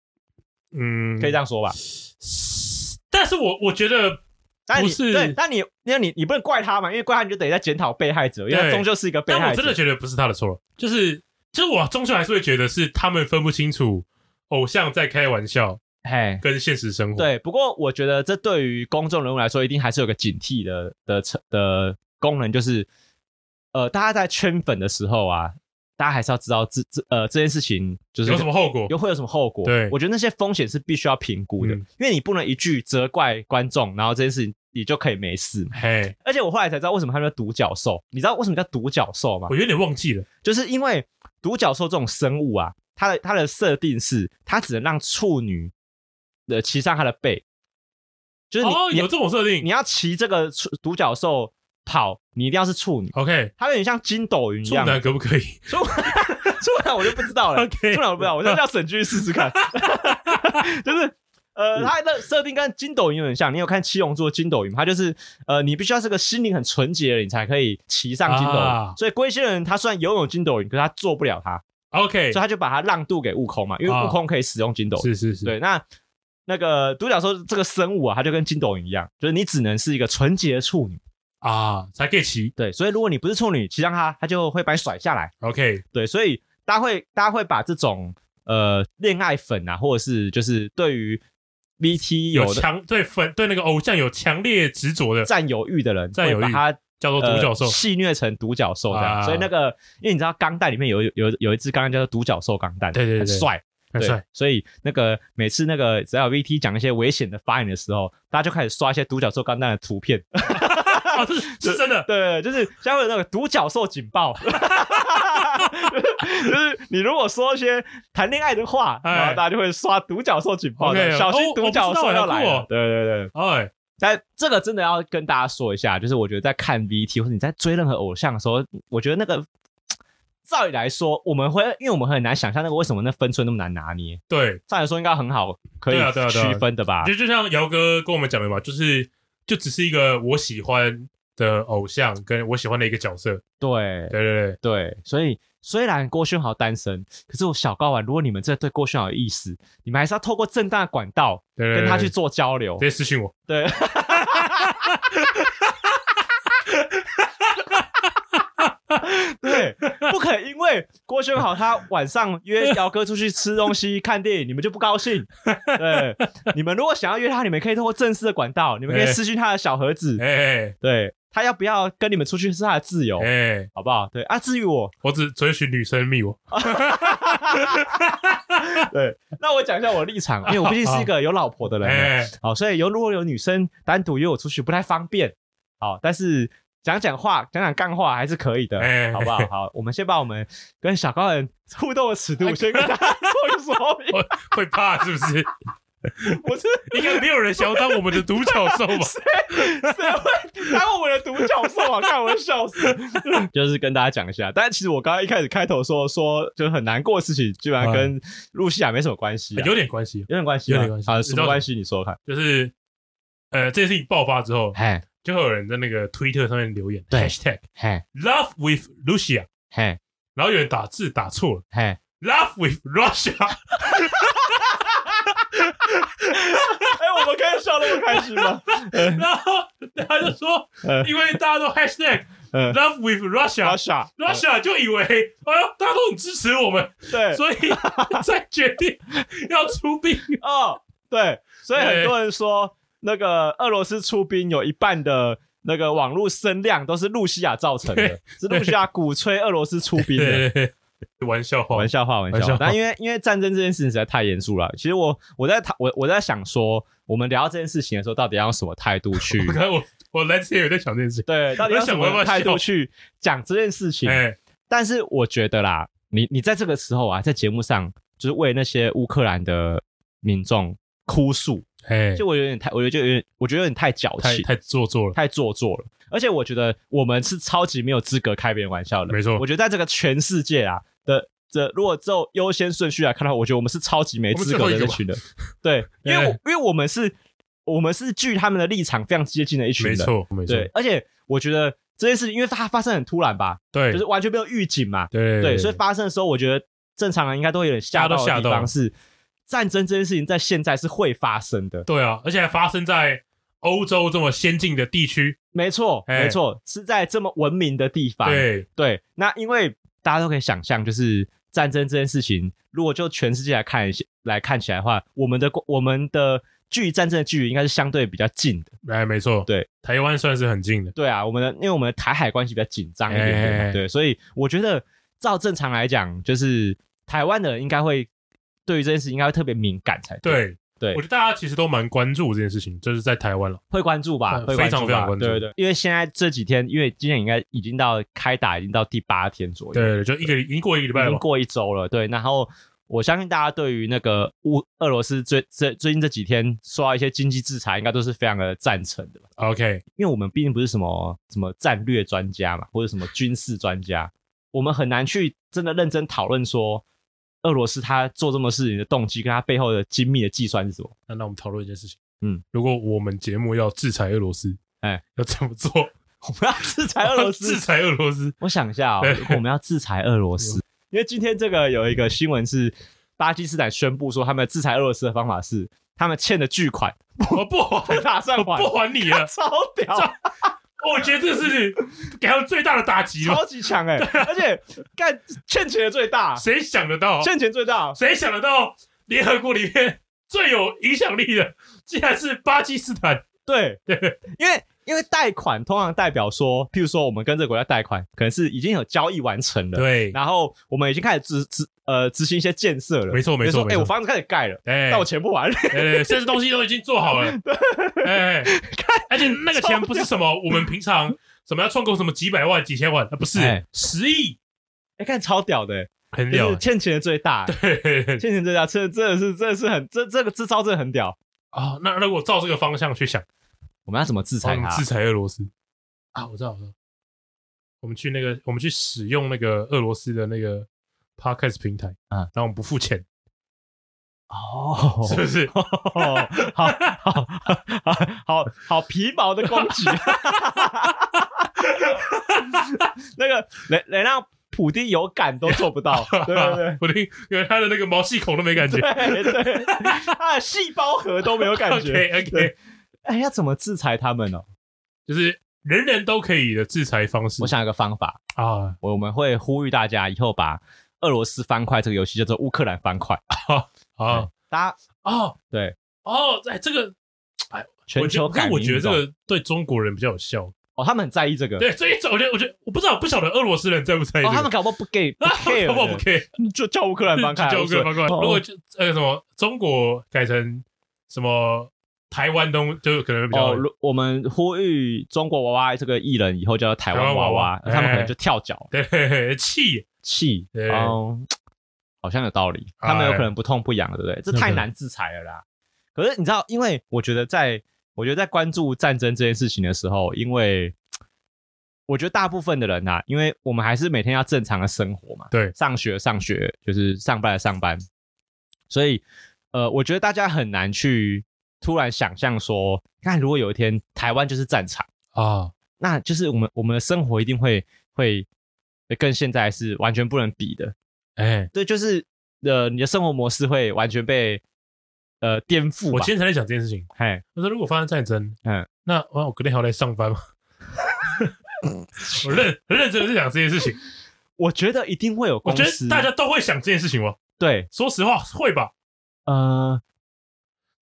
Speaker 1: 嗯，
Speaker 2: 可以这样说吧。
Speaker 1: 但是我我觉得
Speaker 2: 但你
Speaker 1: 不是
Speaker 2: 对，但你因为你你不能怪他嘛，因为怪他你就等于在检讨被害者，因为他
Speaker 1: 对
Speaker 2: 终究是一个被
Speaker 1: 但
Speaker 2: 害
Speaker 1: 我
Speaker 2: 者
Speaker 1: 真的。觉得不是他的错，就是就是我终究还是会觉得是他们分不清楚偶像在开玩笑
Speaker 2: 嘿，
Speaker 1: 跟现实生活。
Speaker 2: 对，不过我觉得这对于公众人物来说，一定还是有个警惕的的成的功能，就是呃，大家在圈粉的时候啊，大家还是要知道这这呃这件事情就是
Speaker 1: 有什么后果？
Speaker 2: 又会有什么后果？
Speaker 1: 对
Speaker 2: 我觉得那些风险是必须要评估的，
Speaker 1: 嗯
Speaker 2: 因为你不能一句责怪观众，然后这件事情你就可以没事嘛。
Speaker 1: 嘿，
Speaker 2: 而且我后来才知道为什么他们叫独角兽，你知道为什么叫独角兽吗
Speaker 1: 我？有点忘记了。
Speaker 2: 就是因为独角兽这种生物啊，它的它的设定是它只能让处女的骑上它的背，就是你、
Speaker 1: 哦，
Speaker 2: 你
Speaker 1: 有这种设定。
Speaker 2: 你要骑这个处独角兽跑，你一定要是处女，
Speaker 1: OK，
Speaker 2: 它有点像筋斗云一
Speaker 1: 处
Speaker 2: 样，啊
Speaker 1: 男可不可以？
Speaker 2: 处 处男我就不知道了，
Speaker 1: OK
Speaker 2: 处男我不知道，我现在叫沈居试 试看， 就是。
Speaker 1: 嗯
Speaker 2: 呃，它的设定跟筋斗云有点像。你有看《七龙珠》的筋斗云吗？它就是呃，你必须要是个心灵很纯洁的人，你才可以骑上筋斗云。
Speaker 1: 啊
Speaker 2: 所以龟仙人他虽然拥有筋斗云，可是他做不了它，
Speaker 1: OK，
Speaker 2: 所以他就把它让渡给悟空嘛，因为
Speaker 1: 啊
Speaker 2: 悟空可以使用筋斗云。
Speaker 1: 是是是，
Speaker 2: 对，那那个独角兽这个生物啊，它就跟筋斗云一样，就是你只能是一个纯洁的处女。
Speaker 1: 啊，才可以骑。
Speaker 2: 对，所以如果你不是处女，骑上它，它就会把你甩下来。
Speaker 1: OK，
Speaker 2: 对，所以大家会大家会把这种呃恋爱粉啊，或者是就是对于 VT
Speaker 1: 有
Speaker 2: 有的
Speaker 1: 强对粉对那个偶像有强烈执着的，
Speaker 2: 占有欲的人，
Speaker 1: 占有欲
Speaker 2: 会把他
Speaker 1: 叫做独角兽
Speaker 2: 呃。戏虐成独角兽这样。
Speaker 1: 啊
Speaker 2: 所以那个，因为你知道钢弹里面有有有一只钢弹叫做独角兽钢弹，
Speaker 1: 对对对
Speaker 2: 很
Speaker 1: 对
Speaker 2: 帅。
Speaker 1: 很帅
Speaker 2: 对，所以那个每次那个只要有 VT 讲一些危险的发言的时候，大家就开始刷一些独角兽钢弹的图片。
Speaker 1: 啊，这 是是真的。
Speaker 2: 对，就是像会有那个独角兽警报， 就是你如果说一些谈恋爱的话，
Speaker 1: 哎
Speaker 2: 然后大家就会刷独角兽警报
Speaker 1: OK，
Speaker 2: 小
Speaker 1: 哦
Speaker 2: 心独角兽要
Speaker 1: 我不知道
Speaker 2: 来了。
Speaker 1: 哎酷哦
Speaker 2: 对对对，
Speaker 1: 哎，
Speaker 2: 但这个真的要跟大家说一下，就是我觉得在看 VT 或者你在追任何偶像的时候，我觉得那个。照理来说，我们会因为我们很难想象那个为什么那分寸那么难拿捏。
Speaker 1: 对，
Speaker 2: 照理说应该很好可以
Speaker 1: 对啊对啊对啊
Speaker 2: 区分的吧？
Speaker 1: 就就像姚哥跟我们讲的嘛，就是就只是一个我喜欢的偶像跟我喜欢的一个角色。
Speaker 2: 对
Speaker 1: 对对对，
Speaker 2: 对，所以虽然郭勋豪单身，可是我小高啊玩，如果你们真的对郭勋豪有意思，你们还是要透过正当的管道
Speaker 1: 对对对
Speaker 2: 跟他去做交流
Speaker 1: 直。接私信我。
Speaker 2: 对， 对，不可因为郭勋就好他晚上约姚哥出去吃东西、看电影，你们就不高兴。对，你们如果想要约他，你们可以通过正式的管道，你们可以私讯他的小盒子。
Speaker 1: 哎
Speaker 2: 对他要不要跟你们出去是他的自由，
Speaker 1: 哎，
Speaker 2: 好不好？对啊，至于我，
Speaker 1: 我只追寻女生密我，
Speaker 2: 对， 那我讲一下我的 立场，因为我毕竟是一个有老婆的人了。
Speaker 1: 哎
Speaker 2: 好，所以有如果有女生单独约我出去不太方便，好，但是讲讲话、讲讲干话还是可以的，
Speaker 1: 哎
Speaker 2: 好不好？好，我们先把我们跟小高人互动的尺
Speaker 1: 哎
Speaker 2: 度先跟大家做一说明。
Speaker 1: 我 会怕是不是？
Speaker 2: 我是
Speaker 1: 应该没有人想要当我们的独角兽吧？
Speaker 2: 谁会当我们的独角兽啊？看我会 笑死。就是跟大家讲一下，但其实我刚刚一开始开头说说就是很难过的事情，居然跟露西亚没什么关系、啊，
Speaker 1: 哎有点关系，
Speaker 2: 有点关系啊，
Speaker 1: 有点关系
Speaker 2: 好，
Speaker 1: 你
Speaker 2: 什
Speaker 1: 知
Speaker 2: 么
Speaker 1: 道
Speaker 2: 关系？你说说看。
Speaker 1: 就是呃，这件事情爆发之后，
Speaker 2: 嘿，
Speaker 1: 就会有人在那个推特上面留言
Speaker 2: 对
Speaker 1: ，#hashtag
Speaker 2: 嘿，
Speaker 1: Love with Lucia，
Speaker 2: 嘿，
Speaker 1: 然后有人打字打错了
Speaker 2: 嘿，
Speaker 1: ，Love with Russia，
Speaker 2: 哎、我们可以笑那么开 心吗？
Speaker 1: 然后他就说，
Speaker 2: 呃
Speaker 1: 因为大家都 #hashtag
Speaker 2: 呃
Speaker 1: Love with Russia。
Speaker 2: ，Russia，
Speaker 1: Russia 就以为，哎呦，大家都很支持我们，
Speaker 2: 对，
Speaker 1: 所以才决定要出兵。
Speaker 2: 哦，对，所以
Speaker 1: 对
Speaker 2: 很多人说那个俄罗斯出兵有一半的那个网络声量都是露西亚造成的
Speaker 1: 对，
Speaker 2: 是露西亚鼓吹俄罗斯出兵 的。
Speaker 1: 对对对玩笑话，
Speaker 2: 玩笑话，玩
Speaker 1: 玩
Speaker 2: 笑话
Speaker 1: 笑。
Speaker 2: 但因为因为战争这件事情实在太严肃了，其实我我在讨我我在想说，我们聊到这件事情的时候，到底要用什么态度去，
Speaker 1: 我看我我来之前有在想这件事
Speaker 2: 对，到底要用什
Speaker 1: 我在想我要不
Speaker 2: 么
Speaker 1: 要
Speaker 2: 态度
Speaker 1: 笑
Speaker 2: 去讲这件事情？
Speaker 1: 哎，
Speaker 2: 但是我觉得啦，你你在这个时候啊，在节目上就是为那些乌克兰的民众哭诉，
Speaker 1: 哎，
Speaker 2: 就我有点太，我觉得就有点，我觉得有点太矫
Speaker 1: 太
Speaker 2: 情，
Speaker 1: 太做作了。
Speaker 2: 太做作了。而且我觉得我们是超级没有资格开别人玩笑的，
Speaker 1: 没错
Speaker 2: 我觉得在这个全世界啊的这，如果就优先顺序来啊看的话，我觉得我们是超级没资格
Speaker 1: 我们最后
Speaker 2: 的那
Speaker 1: 一个吧
Speaker 2: 群人。 对，因为我因为我们是，我们是距他们的立场非常接近的一群
Speaker 1: 没
Speaker 2: 人。
Speaker 1: 错，没错，
Speaker 2: 对，而且我觉得这件事情，因为它发生很突然吧，
Speaker 1: 对，
Speaker 2: 就是完全没有预警嘛。
Speaker 1: 对
Speaker 2: 对，所以发生的时候，我觉得正常人应该都会有点
Speaker 1: 大
Speaker 2: 吓
Speaker 1: 家
Speaker 2: 到
Speaker 1: 都
Speaker 2: 的
Speaker 1: 吓
Speaker 2: 地
Speaker 1: 到
Speaker 2: 方是，战争这件事情在现在是会发生的。
Speaker 1: 对啊，而且还发生在欧洲这么先进的地区，
Speaker 2: 没错，
Speaker 1: 哎
Speaker 2: 没错，是在这么文明的地方。
Speaker 1: 对
Speaker 2: 对那因为大家都可以想象，就是战争这件事情，如果就全世界来看一些来看起来的话，我们的我们的距离战争的距离应该是相对比较近的。
Speaker 1: 哎，没错，
Speaker 2: 对，
Speaker 1: 台湾算是很近的，
Speaker 2: 对啊，我们的因为我们的台海关系比较紧张一点点嘛
Speaker 1: 哎
Speaker 2: 对，所以我觉得照正常来讲，就是台湾的人应该会对于这件事应该会特别敏感才对，
Speaker 1: 对
Speaker 2: 对
Speaker 1: 我觉得大家其实都蛮关注这件事情，就是在台湾了，
Speaker 2: 会关注吧，
Speaker 1: 嗯
Speaker 2: 会
Speaker 1: 非常非常关注
Speaker 2: 对对对，因为现在这几天，因为今天应该已经到开打，已经到第八天左右，
Speaker 1: 对，就一个已经过一个礼拜
Speaker 2: 已
Speaker 1: 了
Speaker 2: 经
Speaker 1: 吧，
Speaker 2: 过一周了，对。然后我相信大家对于那个乌俄罗斯最最最近这几天受到一些经济制裁，应该都是非常的赞成的吧？
Speaker 1: OK，
Speaker 2: 因为我们毕竟不是什么什么战略专家嘛，或者什么军事专家，我们很难去真的认真讨论说俄罗斯他做这么事情的动机跟他背后的精密的计算是什么。
Speaker 1: 那那我们讨论一件事情，
Speaker 2: 嗯，
Speaker 1: 如果我们节目要制裁俄罗斯，
Speaker 2: 哎，
Speaker 1: 要怎么做？
Speaker 2: 我们要制裁俄罗斯
Speaker 1: 制，裁俄罗斯，
Speaker 2: 我想一下哦，
Speaker 1: 对
Speaker 2: 如果我们要制裁俄 罗斯，因为今天这个有一个新闻是巴基斯坦宣布说，他们制裁俄罗斯的方法是他们欠的巨款
Speaker 1: 我不还，
Speaker 2: 不打算
Speaker 1: 我
Speaker 2: 还，，
Speaker 1: 不还你了
Speaker 2: 超屌，
Speaker 1: 我觉得这是给他们啊最大的打击了
Speaker 2: 超，级强 哎、而且干欠钱的最大，
Speaker 1: 谁想得到？
Speaker 2: 欠钱最大，
Speaker 1: 谁想得到联合国里面最有影响力的，竟然是巴基斯坦？
Speaker 2: 对
Speaker 1: 对，
Speaker 2: 因为。因为贷款通常代表说，譬如说我们跟这个国家贷款，可能是已经有交易完成了，
Speaker 1: 对，
Speaker 2: 然后我们已经开始执执呃执行一些建设了，
Speaker 1: 没错没
Speaker 2: 比如
Speaker 1: 错
Speaker 2: 说
Speaker 1: 没
Speaker 2: 哎，
Speaker 1: 错
Speaker 2: 我房子开始盖了，
Speaker 1: 哎，
Speaker 2: 但我钱不 还，
Speaker 1: 对对，对甚至东西都已经做好 了，哎，而且那个钱不是什么我们平常什么要创购什么几百万、几千万，啊不
Speaker 2: 哎
Speaker 1: 是十亿，
Speaker 2: 哎，看超屌的、欸，
Speaker 1: 很
Speaker 2: 就
Speaker 1: 屌
Speaker 2: 是，欠钱的最大、欸，
Speaker 1: 嘿嘿嘿
Speaker 2: 欠钱最大，这真的是真的是很这这个这招真的很屌。
Speaker 1: 啊！那如果照这个方向去想，
Speaker 2: 我们要怎么制
Speaker 1: 我
Speaker 2: 裁
Speaker 1: 们
Speaker 2: 他？
Speaker 1: 哦制裁俄罗斯啊，我知道，我知道，我们去那个，我们去使用那个俄罗斯的那个 podcast 平台
Speaker 2: 啊
Speaker 1: 啊，然后我们不付钱，
Speaker 2: 哦，
Speaker 1: 是不是？
Speaker 2: 好好好好好皮毛的攻击。那个连连让普丁有感都做不到， 对对对。
Speaker 1: 我听，原来他的那个毛细孔都没感觉。
Speaker 2: 对对，他的细胞核都没有感觉。
Speaker 1: OK OK，
Speaker 2: 对哎，要怎么制裁他们呢？
Speaker 1: 就是人人都可以的制裁方式。
Speaker 2: 我想有个方法，
Speaker 1: 啊，
Speaker 2: 我们会呼吁大家以后把俄罗斯方块这个游戏叫做乌克兰方块，
Speaker 1: 啊
Speaker 2: 大家
Speaker 1: 哦
Speaker 2: 对
Speaker 1: 哦，哎，这个我
Speaker 2: 全
Speaker 1: 觉
Speaker 2: 球
Speaker 1: 得，可
Speaker 2: 改
Speaker 1: 是我
Speaker 2: 名
Speaker 1: 觉得这
Speaker 2: 种
Speaker 1: 个对中国人比较有效。
Speaker 2: 哦，他们很在意这个，
Speaker 1: 对，所以我觉得，我觉得我不知道，我不晓得俄罗斯人在不在意这
Speaker 2: 哦，
Speaker 1: 个
Speaker 2: 他们搞不好不 给不 care，
Speaker 1: 我不
Speaker 2: 的
Speaker 1: care，
Speaker 2: 就叫乌克兰方块，
Speaker 1: 就
Speaker 2: 无所
Speaker 1: 各
Speaker 2: 谓
Speaker 1: 方块。
Speaker 2: 哦
Speaker 1: 如果就呃什么中国改成什么台湾东，就可能会比较
Speaker 2: 哦，如我们呼吁中国娃娃这个艺人以后叫台湾娃娃，哎
Speaker 1: 台湾娃娃
Speaker 2: 他们可能就跳脚
Speaker 1: 对气
Speaker 2: 气，
Speaker 1: 对
Speaker 2: 哦，好像有道理，
Speaker 1: 哎
Speaker 2: 他们有可能不痛不痒，对不对？这太难制裁了啦。可是你知道，因为我觉得在我觉得在关注战争这件事情的时候，因为我觉得大部分的人呐、啊因为我们还是每天要正常的生活嘛，
Speaker 1: 对
Speaker 2: 上学上学，就是上班的上班，所以呃，我觉得大家很难去突然想象说，看如果有一天台湾就是战场。
Speaker 1: 啊，
Speaker 2: 那就是我们我们的生活一定会会跟现在是完全不能比的。
Speaker 1: 哎，
Speaker 2: 对，就是呃，你的生活模式会完全被呃颠覆
Speaker 1: 我
Speaker 2: 吧
Speaker 1: 今。天才在讲这件事情。
Speaker 2: 哎，
Speaker 1: 我说如果发生战争，
Speaker 2: 嗯，
Speaker 1: 那哇，我隔天还要来上班吗？ 我认很认真的在讲这件事情，
Speaker 2: 我觉得一定会有
Speaker 1: 我
Speaker 2: 公
Speaker 1: 觉
Speaker 2: 司，
Speaker 1: 得大家都会想这件事情吗？
Speaker 2: 对
Speaker 1: 说实话会吧，
Speaker 2: 呃，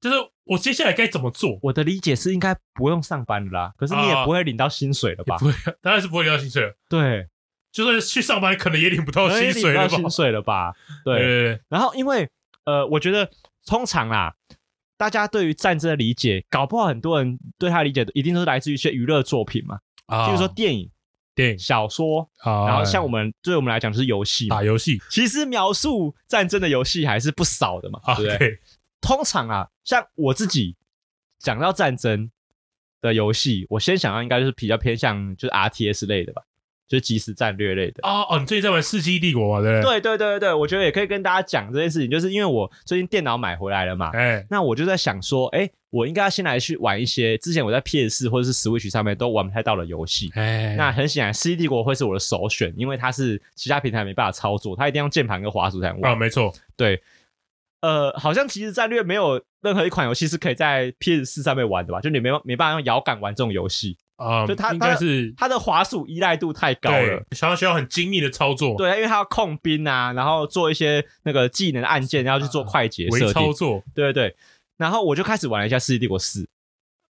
Speaker 1: 就是我接下来该怎么做？
Speaker 2: 我的理解是应该不用上班了啦，可是你也
Speaker 1: 啊
Speaker 2: 不会领到薪水了吧？
Speaker 1: 也不会，啊当然是不会领到薪水了，
Speaker 2: 对，
Speaker 1: 就算是去上班，可能也领不到
Speaker 2: 可能也
Speaker 1: 薪水
Speaker 2: 领
Speaker 1: 了
Speaker 2: 到
Speaker 1: 吧？
Speaker 2: 薪水 了吧？
Speaker 1: 对
Speaker 2: 对，
Speaker 1: 对对，
Speaker 2: 然后因为呃，我觉得通常啦，大家对于战争的理解，搞不好很多人对他的理解一定都是来自于一些娱乐作品嘛，
Speaker 1: 啊
Speaker 2: 譬如说电影、
Speaker 1: 电影，
Speaker 2: 小说，
Speaker 1: 然
Speaker 2: 然后像我们对我们来讲就是游戏嘛
Speaker 1: 打。游戏
Speaker 2: 其实描述战争的游戏还是不少的嘛，
Speaker 1: 啊，
Speaker 2: 对不对？
Speaker 1: 对，
Speaker 2: 通常啊，像我自己讲到战争的游戏，我先想到应该就是比较偏向就是 R T S 类的吧，就是即时战略类的。
Speaker 1: 哦哦，你最近在玩《世纪帝国》嘛？对不对？
Speaker 2: 对对对对对，我觉得也可以跟大家讲这件事情，就是因为我最近电脑买回来了嘛，
Speaker 1: 哎，
Speaker 2: 那我就在想说，哎，我应该要先来去玩一些之前我在 PS 4或者是 Switch 上面都玩不太到的游戏。
Speaker 1: 哎，
Speaker 2: 那很显然，《C 帝国》会是我的首选，因为它是其他平台没办法操作，它一定要用键盘跟滑鼠才能玩。
Speaker 1: 啊，没错，
Speaker 2: 对，呃，好像即时战略没有任何一款游戏是可以在 PS 四上面玩的吧？就你没没办法用摇杆玩这种游戏，
Speaker 1: 啊，
Speaker 2: 就它
Speaker 1: 应该是
Speaker 2: 它的滑鼠依赖度太高了
Speaker 1: 对。，想要需要很精密的操作嘛，
Speaker 2: 对，因为它要控兵啊，然后做一些那个技能按键，然后去做快捷
Speaker 1: 微
Speaker 2: 设定
Speaker 1: 操。作
Speaker 2: 对对对，然后我就开始玩了一下《世纪帝国四》，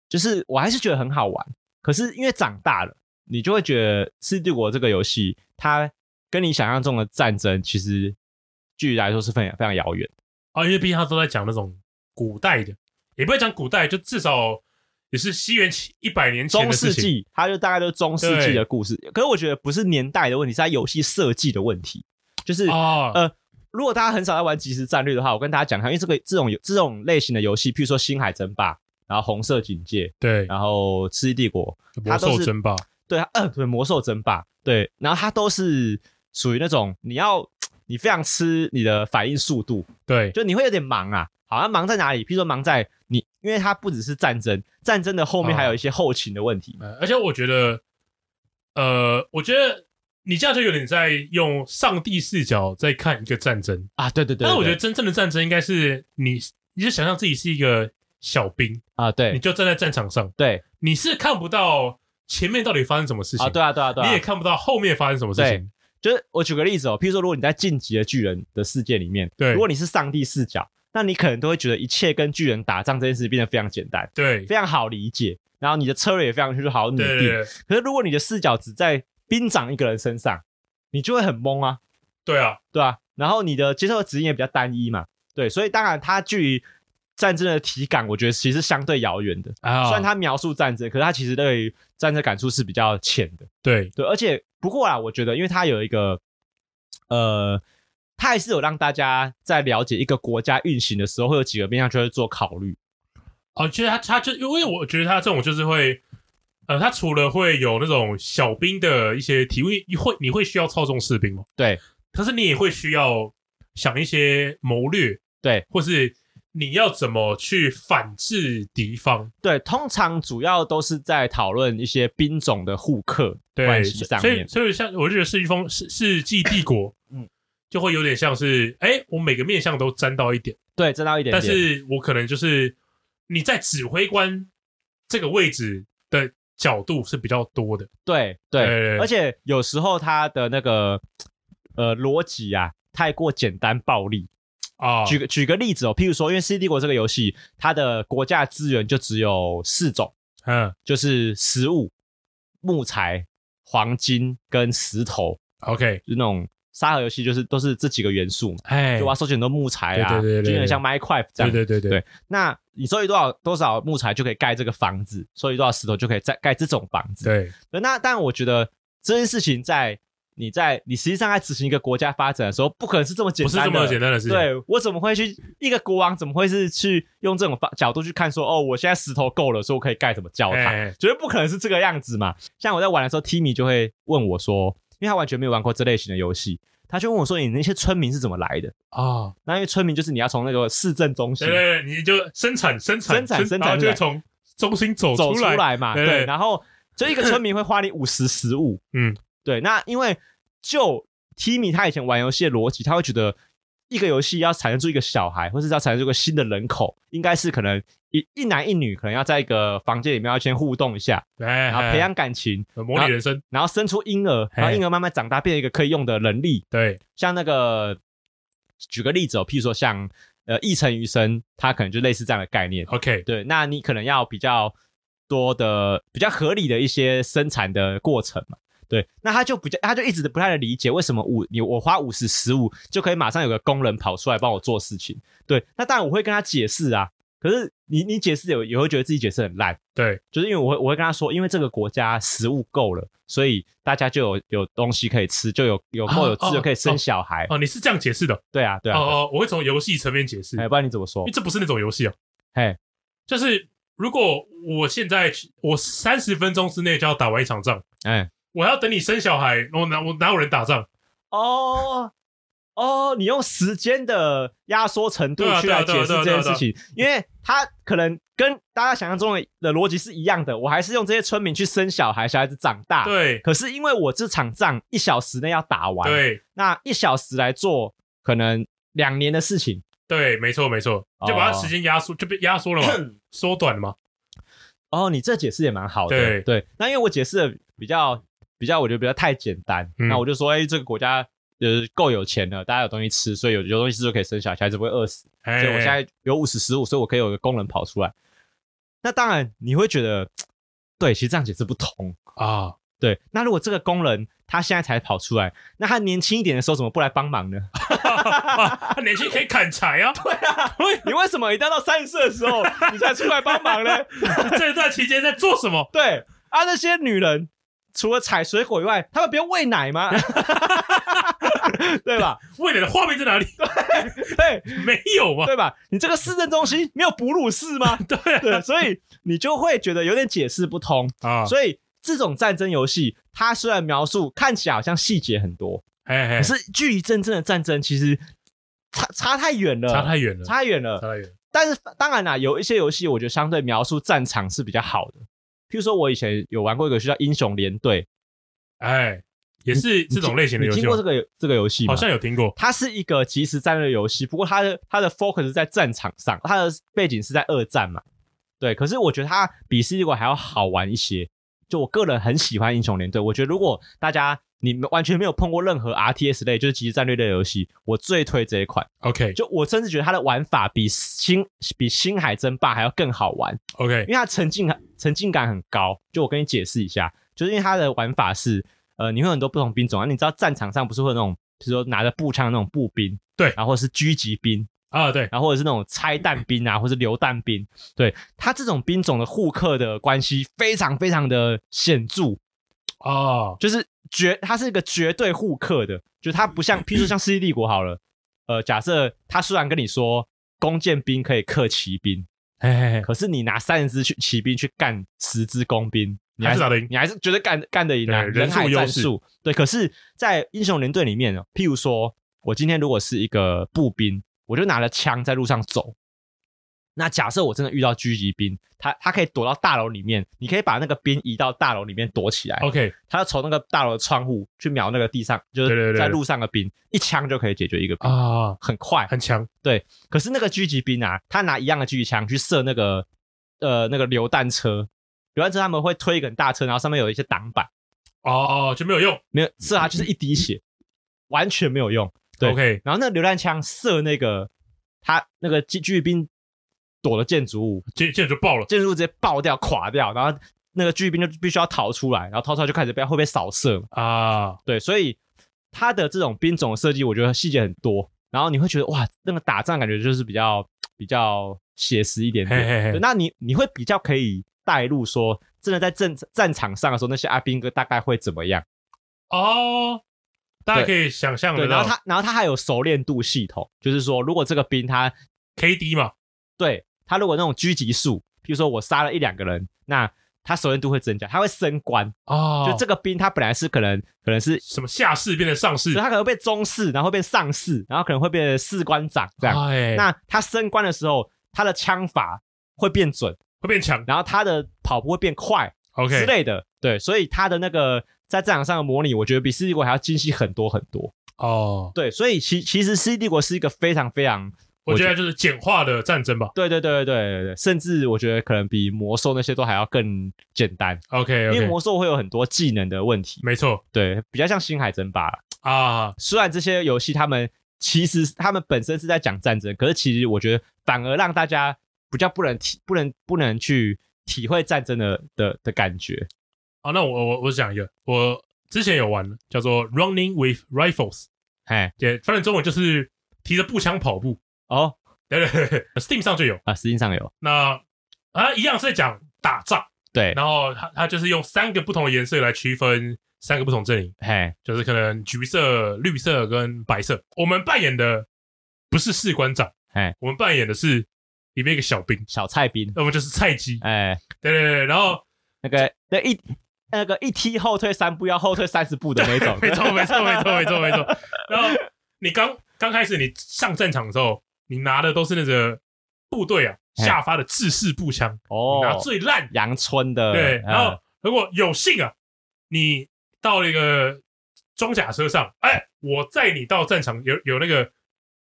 Speaker 2: 就是我还是觉得很好玩，可是因为长大了，你就会觉得《世纪帝国》这个游戏，它跟你想象中的战争其实距离来说是非常非常遥远。
Speaker 1: 啊，因为毕竟他都在讲那种古代的，也不会讲古代，就至少也是西元七一百年前
Speaker 2: 中
Speaker 1: 的事
Speaker 2: 世
Speaker 1: 情。
Speaker 2: 纪，它就大概就是中世纪
Speaker 1: 对
Speaker 2: 的故事。可是我觉得不是年代的问题，是它游戏设计的问题。就是、
Speaker 1: 啊，
Speaker 2: 呃，如果大家很少在玩即时战略的话，我跟大家讲一下，因为这个这种这种类型的游戏，譬如说《星海争霸》，然后《红色警戒》，
Speaker 1: 对，
Speaker 2: 然后《世纪帝国》，
Speaker 1: 魔兽争霸
Speaker 2: 对，它呃，对，魔兽争霸，对，然后它都是属于那种你要你非常吃你的反应速度，
Speaker 1: 对，
Speaker 2: 就你会有点忙啊。好，那忙在哪里？譬如说忙在你，因为它不只是战争，战争的后面
Speaker 1: 啊
Speaker 2: 还有一些后勤的问题。
Speaker 1: 呃而且我觉得，呃，我觉得你这样就有点在用上帝视角在看一个战争，
Speaker 2: 啊，对对对
Speaker 1: 但是我觉得
Speaker 2: 对
Speaker 1: 真正的战争应该是你，你就想象自己是一个小兵，
Speaker 2: 啊，
Speaker 1: 你
Speaker 2: 对
Speaker 1: 就站在战场上，
Speaker 2: 对
Speaker 1: 你是看不到前面到底发生什么事情，
Speaker 2: 啊，对啊，对啊，对
Speaker 1: 你也
Speaker 2: 啊，
Speaker 1: 看不到后面发生什么事情，
Speaker 2: 就是我举个例子哦，譬如说，如果你在晋级的巨人的世界里面，
Speaker 1: 对
Speaker 2: 如果你是上帝视角，那你可能都会觉得一切跟巨人打仗这件事变得非常简单，
Speaker 1: 对，
Speaker 2: 非常好理解，然后你的策略也非常就是好拟
Speaker 1: 对
Speaker 2: 定
Speaker 1: 对，对
Speaker 2: 可是如果你的视角只在兵长一个人身上，你就会很懵啊，
Speaker 1: 对啊，
Speaker 2: 对吧、然后你的接受的指引也比较单一嘛，对，所以当然它距离战争的体感，我觉得其实相对遥远的。
Speaker 1: 啊
Speaker 2: 虽然它描述战争，可是它其实对于战争感触是比较浅的，
Speaker 1: 对
Speaker 2: 对。而且不过啊啦，我觉得因为它有一个，呃，它还是有让大家在了解一个国家运行的时候，会有几个面向就会做考虑。
Speaker 1: 哦，其实他他就因为我觉得他这种就是会，呃，他除了会有那种小兵的一些体位，你会你会需要操纵士兵吗？
Speaker 2: 对，
Speaker 1: 可是你也会需要想一些谋略，
Speaker 2: 对
Speaker 1: 或是你要怎么去反制敌方。
Speaker 2: 对，通常主要都是在讨论一些兵种的互克
Speaker 1: 对，
Speaker 2: 关系上
Speaker 1: 所以
Speaker 2: 面。
Speaker 1: 所以像我就觉得世纪风世世纪帝国，嗯
Speaker 2: 嗯，
Speaker 1: 就会有点像是，哎、我每个面向都沾到一点，
Speaker 2: 对，知道一点
Speaker 1: 但
Speaker 2: 点。
Speaker 1: 是我可能就是你在指挥官这个位置的角度是比较多的，
Speaker 2: 对
Speaker 1: 对
Speaker 2: 对，而且有时候他的那个呃逻辑啊，太过简单暴力。
Speaker 1: 啊，
Speaker 2: 举个举个例子哦，譬如说，因为《世纪帝国》这个游戏，它的国家资源就只有四种，
Speaker 1: 嗯
Speaker 2: 就是食物、木材、黄金跟石头，
Speaker 1: ，OK，
Speaker 2: 就是那种沙盒游戏，就是都是这几个元素嘛。
Speaker 1: 哎，
Speaker 2: 就我要收集很多木材啊，
Speaker 1: 对对对对
Speaker 2: 就有
Speaker 1: 对
Speaker 2: 点像 Minecraft 这样。
Speaker 1: 对对对
Speaker 2: 对那你收集多少多少木材就可以盖这个房子，收集多少石头就可以再盖这种房子。
Speaker 1: 对，
Speaker 2: 对，那但我觉得这件事情在你在你实际上在执行一个国家发展的时候，不可能是这么简
Speaker 1: 不
Speaker 2: 单
Speaker 1: 是
Speaker 2: 的，
Speaker 1: 这么简单的事情。
Speaker 2: 对我怎么会去一个国王怎么会是去用这种方角度去看说哦，我现在石头够了，所以我可以盖什么教堂？
Speaker 1: 哎
Speaker 2: 绝对不可能是这个样子嘛。像我在玩的时候，Timmy 就会问我说，因为他完全没有玩过这类型的游戏，他就问我说你那些村民是怎么来的？
Speaker 1: 啊，
Speaker 2: 那因为村民就是你要从那个市政中心
Speaker 1: 对对对，你就生产生产
Speaker 2: 生产生
Speaker 1: 然
Speaker 2: 产
Speaker 1: 后就
Speaker 2: 出
Speaker 1: 会
Speaker 2: 来
Speaker 1: 从中心走
Speaker 2: 走
Speaker 1: 出
Speaker 2: 出
Speaker 1: 来。
Speaker 2: 来嘛，
Speaker 1: 对
Speaker 2: 对，然后就一个村民会花你五十食物，
Speaker 1: 嗯，
Speaker 2: 对，那因为就 Timmy 他以前玩游戏的逻辑，他会觉得一个游戏要产生出一个小孩，或是要产生出一个新的人口，应该是可能一一男一女，可能要在一个房间里面要先互动一下，
Speaker 1: 哎，
Speaker 2: 然后培养感情，
Speaker 1: 哎模拟人生，
Speaker 2: 然后生出婴儿，然后婴儿慢慢长大变成一个可以用的能力。
Speaker 1: 对，
Speaker 2: 像那个举个例子哦，譬如说像呃一城余生，它可能就类似这样的概念。
Speaker 1: OK，
Speaker 2: 对，那你可能要比较多的、比较合理的一些生产的过程嘛。对，那他就比较，他就一直不太能理解为什么五你我花五十十五就可以马上有个工人跑出来帮我做事情。对，那当然我会跟他解释啊，可是你你解释有也会觉得自己解释很烂，
Speaker 1: 对，
Speaker 2: 就是因为我会我会跟他说，因为这个国家食物够了，所以大家就有有东西可以吃，就有有
Speaker 1: 啊
Speaker 2: 够有
Speaker 1: 哦
Speaker 2: 资源可以
Speaker 1: 哦
Speaker 2: 生小孩。
Speaker 1: 哦，你是这样解释的，
Speaker 2: 对啊，对啊，
Speaker 1: 哦哦，我会从游戏层面解释，
Speaker 2: 哎、
Speaker 1: 因
Speaker 2: 不然你怎么说
Speaker 1: 为？这不是那种游戏啊。
Speaker 2: 嘿，
Speaker 1: 就是如果我现在我三十分钟之内就要打完一场仗，
Speaker 2: 哎，
Speaker 1: 我还要等你生小孩，我哪我哪有人打仗？
Speaker 2: 哦哦，你用时间的压缩程度
Speaker 1: 对啊
Speaker 2: 去
Speaker 1: 对啊
Speaker 2: 来
Speaker 1: 对啊
Speaker 2: 解释
Speaker 1: 对啊
Speaker 2: 这
Speaker 1: 对啊
Speaker 2: 件
Speaker 1: 对啊
Speaker 2: 事情，因为他可能跟大家想象中的的逻辑是一样的，我还是用这些村民去生小孩，小孩子长大。。
Speaker 1: 对
Speaker 2: 可是因为我这场仗一小时内要打完，，
Speaker 1: 对
Speaker 2: 那一小时来做可能两年的事情，
Speaker 1: 对，没错没错，就把它时间压缩，就被压缩了嘛， 缩短了嘛。
Speaker 2: 哦，你这解释也蛮好的。
Speaker 1: 对
Speaker 2: 那因为我解释的比较比较，我觉得比较太简单。
Speaker 1: 嗯
Speaker 2: 那我就说，哎、这个国家呃够有钱了，大家有东西吃，所以有有东西吃就可以生小孩，小孩子不会饿死。
Speaker 1: 哎，
Speaker 2: 所以我现在有五十十五，所以我可以有一个工人跑出来。那当然你会觉得，对，其实这样解释不通。
Speaker 1: 啊，
Speaker 2: 对，那如果这个工人他现在才跑出来，那他年轻一点的时候怎么不来帮忙 呢？
Speaker 1: 他啊年轻可以砍柴 啊，对啊，
Speaker 2: 你为什么一定要到三十岁的时候你才出来帮忙呢？
Speaker 1: 这段期间在做什么？
Speaker 2: 对啊，那些女人除了采水果以外，她们不用喂奶吗？ 对吧？
Speaker 1: 未来的画面在哪里？
Speaker 2: 对
Speaker 1: 没有嘛？
Speaker 2: 对吧？你这个市政中心没有哺乳室吗？
Speaker 1: 对
Speaker 2: 对，所以你就会觉得有点解释不通。
Speaker 1: 啊，
Speaker 2: 所以这种战争游戏，它虽然描述看起来好像细节很多，
Speaker 1: 哎哎
Speaker 2: 可，是距离真正的战争其实差差太远了，
Speaker 1: 差太远了，
Speaker 2: 差太远了
Speaker 1: 差。太远了。
Speaker 2: 但是当然啦，有一些游戏我觉得相对描述战场是比较好的。譬如说，我以前有玩过一个游戏叫《英雄联队》，
Speaker 1: 哎，也是这种类型的
Speaker 2: 你
Speaker 1: 游戏
Speaker 2: 听
Speaker 1: 吗
Speaker 2: 过这，个这个游戏吗？
Speaker 1: 好像有听过
Speaker 2: 它是一个即时战略游戏，不过它的它的 focus 是在战场上，它的背景是在二战嘛。对，可是我觉得它比《世纪帝国》还要好玩一些。就我个人很喜欢英雄联队，我觉得如果大家你们完全没有碰过任何 RTS 类，就是即时战略类的游戏，我最推这一款。
Speaker 1: ，OK
Speaker 2: 就我甚至觉得它的玩法比星比星海争霸还要更好玩。因
Speaker 1: OK，
Speaker 2: 为它沉浸沉浸感很高。就我跟你解释一下，就是因为它的玩法是，呃，你会有很多不同兵种啊。你知道战场上不是会有那种，比如说拿着步枪的那种步兵，
Speaker 1: 对
Speaker 2: 然后或者是狙击兵，
Speaker 1: 啊，对，
Speaker 2: 然后或者是那种拆弹兵啊，或是榴弹兵。对，它这种兵种的互克的关系非常非常的显著，
Speaker 1: 哦，
Speaker 2: 就是绝，它是一个绝对互克的，就是它不像，譬如说像《世纪帝国》好了，呃，假设他虽然跟你说弓箭兵可以克骑兵。
Speaker 1: 哎哎，哎
Speaker 2: 可是你拿三十支去骑兵去干十支工兵，你
Speaker 1: 还是
Speaker 2: 是
Speaker 1: 打得赢
Speaker 2: 你还是觉得干干得赢啊？
Speaker 1: 对人
Speaker 2: 人
Speaker 1: 数
Speaker 2: 海
Speaker 1: 优
Speaker 2: 战
Speaker 1: 势
Speaker 2: 术对。可是，在英雄联队里面呢，譬如说我今天如果是一个步兵，我就拿了枪在路上走。那假设我真的遇到狙击兵，他他可以躲到大楼里面，你可以把那个兵移到大楼里面躲起来，
Speaker 1: ，OK，
Speaker 2: 他要从那个大楼的窗户去瞄那个地上，就
Speaker 1: 对对
Speaker 2: 是
Speaker 1: 对
Speaker 2: 在
Speaker 1: 对
Speaker 2: 路上的兵，一枪就可以解决一个兵，
Speaker 1: 啊，
Speaker 2: 很快。
Speaker 1: 很强，
Speaker 2: 可是那个狙击兵啊，他拿一样的狙击枪去射那个呃那个榴弹车，榴弹车他们会推一个很大车，然后上面有一些挡板，
Speaker 1: 哦哦，就没有用，
Speaker 2: 没有射他就是一滴血，完全没有用。对
Speaker 1: OK
Speaker 2: 然后那个榴弹枪射那个他那个狙狙兵躲的建筑物，
Speaker 1: 接接着就爆了，
Speaker 2: 建筑物直接爆掉垮掉，然后那个狙兵就必须要逃出来，然后逃出来就开始被会被扫射嘛。
Speaker 1: 啊，
Speaker 2: 对，所以它的这种兵种的设计，我觉得细节很多，然后你会觉得哇，那个打仗感觉就是比较比较写实一点点。
Speaker 1: 嘿嘿嘿
Speaker 2: 对那你你会比较可以带入说，真的在战战场上的时候，那些阿兵哥大概会怎么样？
Speaker 1: 哦，大家可以想象
Speaker 2: 对，
Speaker 1: 得
Speaker 2: 然
Speaker 1: 到
Speaker 2: 后他然后他还有熟练度系统，就是说，如果这个兵他
Speaker 1: KD 嘛，
Speaker 2: 对他如果那种狙击数，譬如说我杀了一两个人，那他熟练度会增加，他会升官。
Speaker 1: 哦嗯
Speaker 2: 就这个兵他本来是可能可能是
Speaker 1: 什么下士变成上哎士
Speaker 2: 所以，他可能会被中士，然后被上士，然后可能会变士官长这样。
Speaker 1: 哎，
Speaker 2: 那他升官的时候，他的枪法会变准，
Speaker 1: 会变强。
Speaker 2: 然后他的跑步会变快
Speaker 1: OK，
Speaker 2: 之类的。对，所以他的那个在战场上的模拟，我觉得比《世纪帝国》还要精细很多很多。
Speaker 1: 哦，
Speaker 2: 对，所以其其实《世纪帝国》是一个非常非常，
Speaker 1: 我
Speaker 2: 我
Speaker 1: 觉
Speaker 2: 觉
Speaker 1: 得就是简化的战争吧。
Speaker 2: 对对对对对对，甚至我觉得可能比魔兽那些都还要更简单，
Speaker 1: OK
Speaker 2: 因为
Speaker 1: OK，
Speaker 2: 魔兽会有很多技能的问题，
Speaker 1: 没错
Speaker 2: 对，比较像星海争霸啦。
Speaker 1: 啊，
Speaker 2: 虽然这些游戏他们其实他们本身是在讲战争，可是其实我觉得反而让大家比较不能体不能不能去体会战争的的的感觉。
Speaker 1: 好，那我我我讲一个，我之前有玩叫做 Running with Rifles，
Speaker 2: 哎，
Speaker 1: 也翻译中文就是提着步枪跑步。
Speaker 2: 哦
Speaker 1: 对对对，Steam 上就有。
Speaker 2: 啊，实际上有
Speaker 1: 那啊，一样是在讲打仗，
Speaker 2: 对，
Speaker 1: 然后它它就是用三个不同的颜色来区分三个不同阵营，
Speaker 2: 嘿，
Speaker 1: 就是可能橘色、绿色跟白色。我们扮演的不是士官长
Speaker 2: 哎，
Speaker 1: 我们扮演的是里面一个小兵，
Speaker 2: 小菜兵，
Speaker 1: 那我们就是菜鸡。
Speaker 2: 哎，
Speaker 1: 对对对，然后，
Speaker 2: 那个那一那个一踢后退三步要后退三十步的那 种
Speaker 1: 没错，没错，没错，没错，没错。然后你刚刚开始你上战场的时候，你拿的都是那个部队啊
Speaker 2: 嘿
Speaker 1: 下发的制式步枪，你拿
Speaker 2: 哎哦，
Speaker 1: 最烂。
Speaker 2: 阳春的，
Speaker 1: 对，
Speaker 2: 嗯
Speaker 1: 然后如果有幸啊，你到了一个装甲车上，哎，我载你到战场，有有那个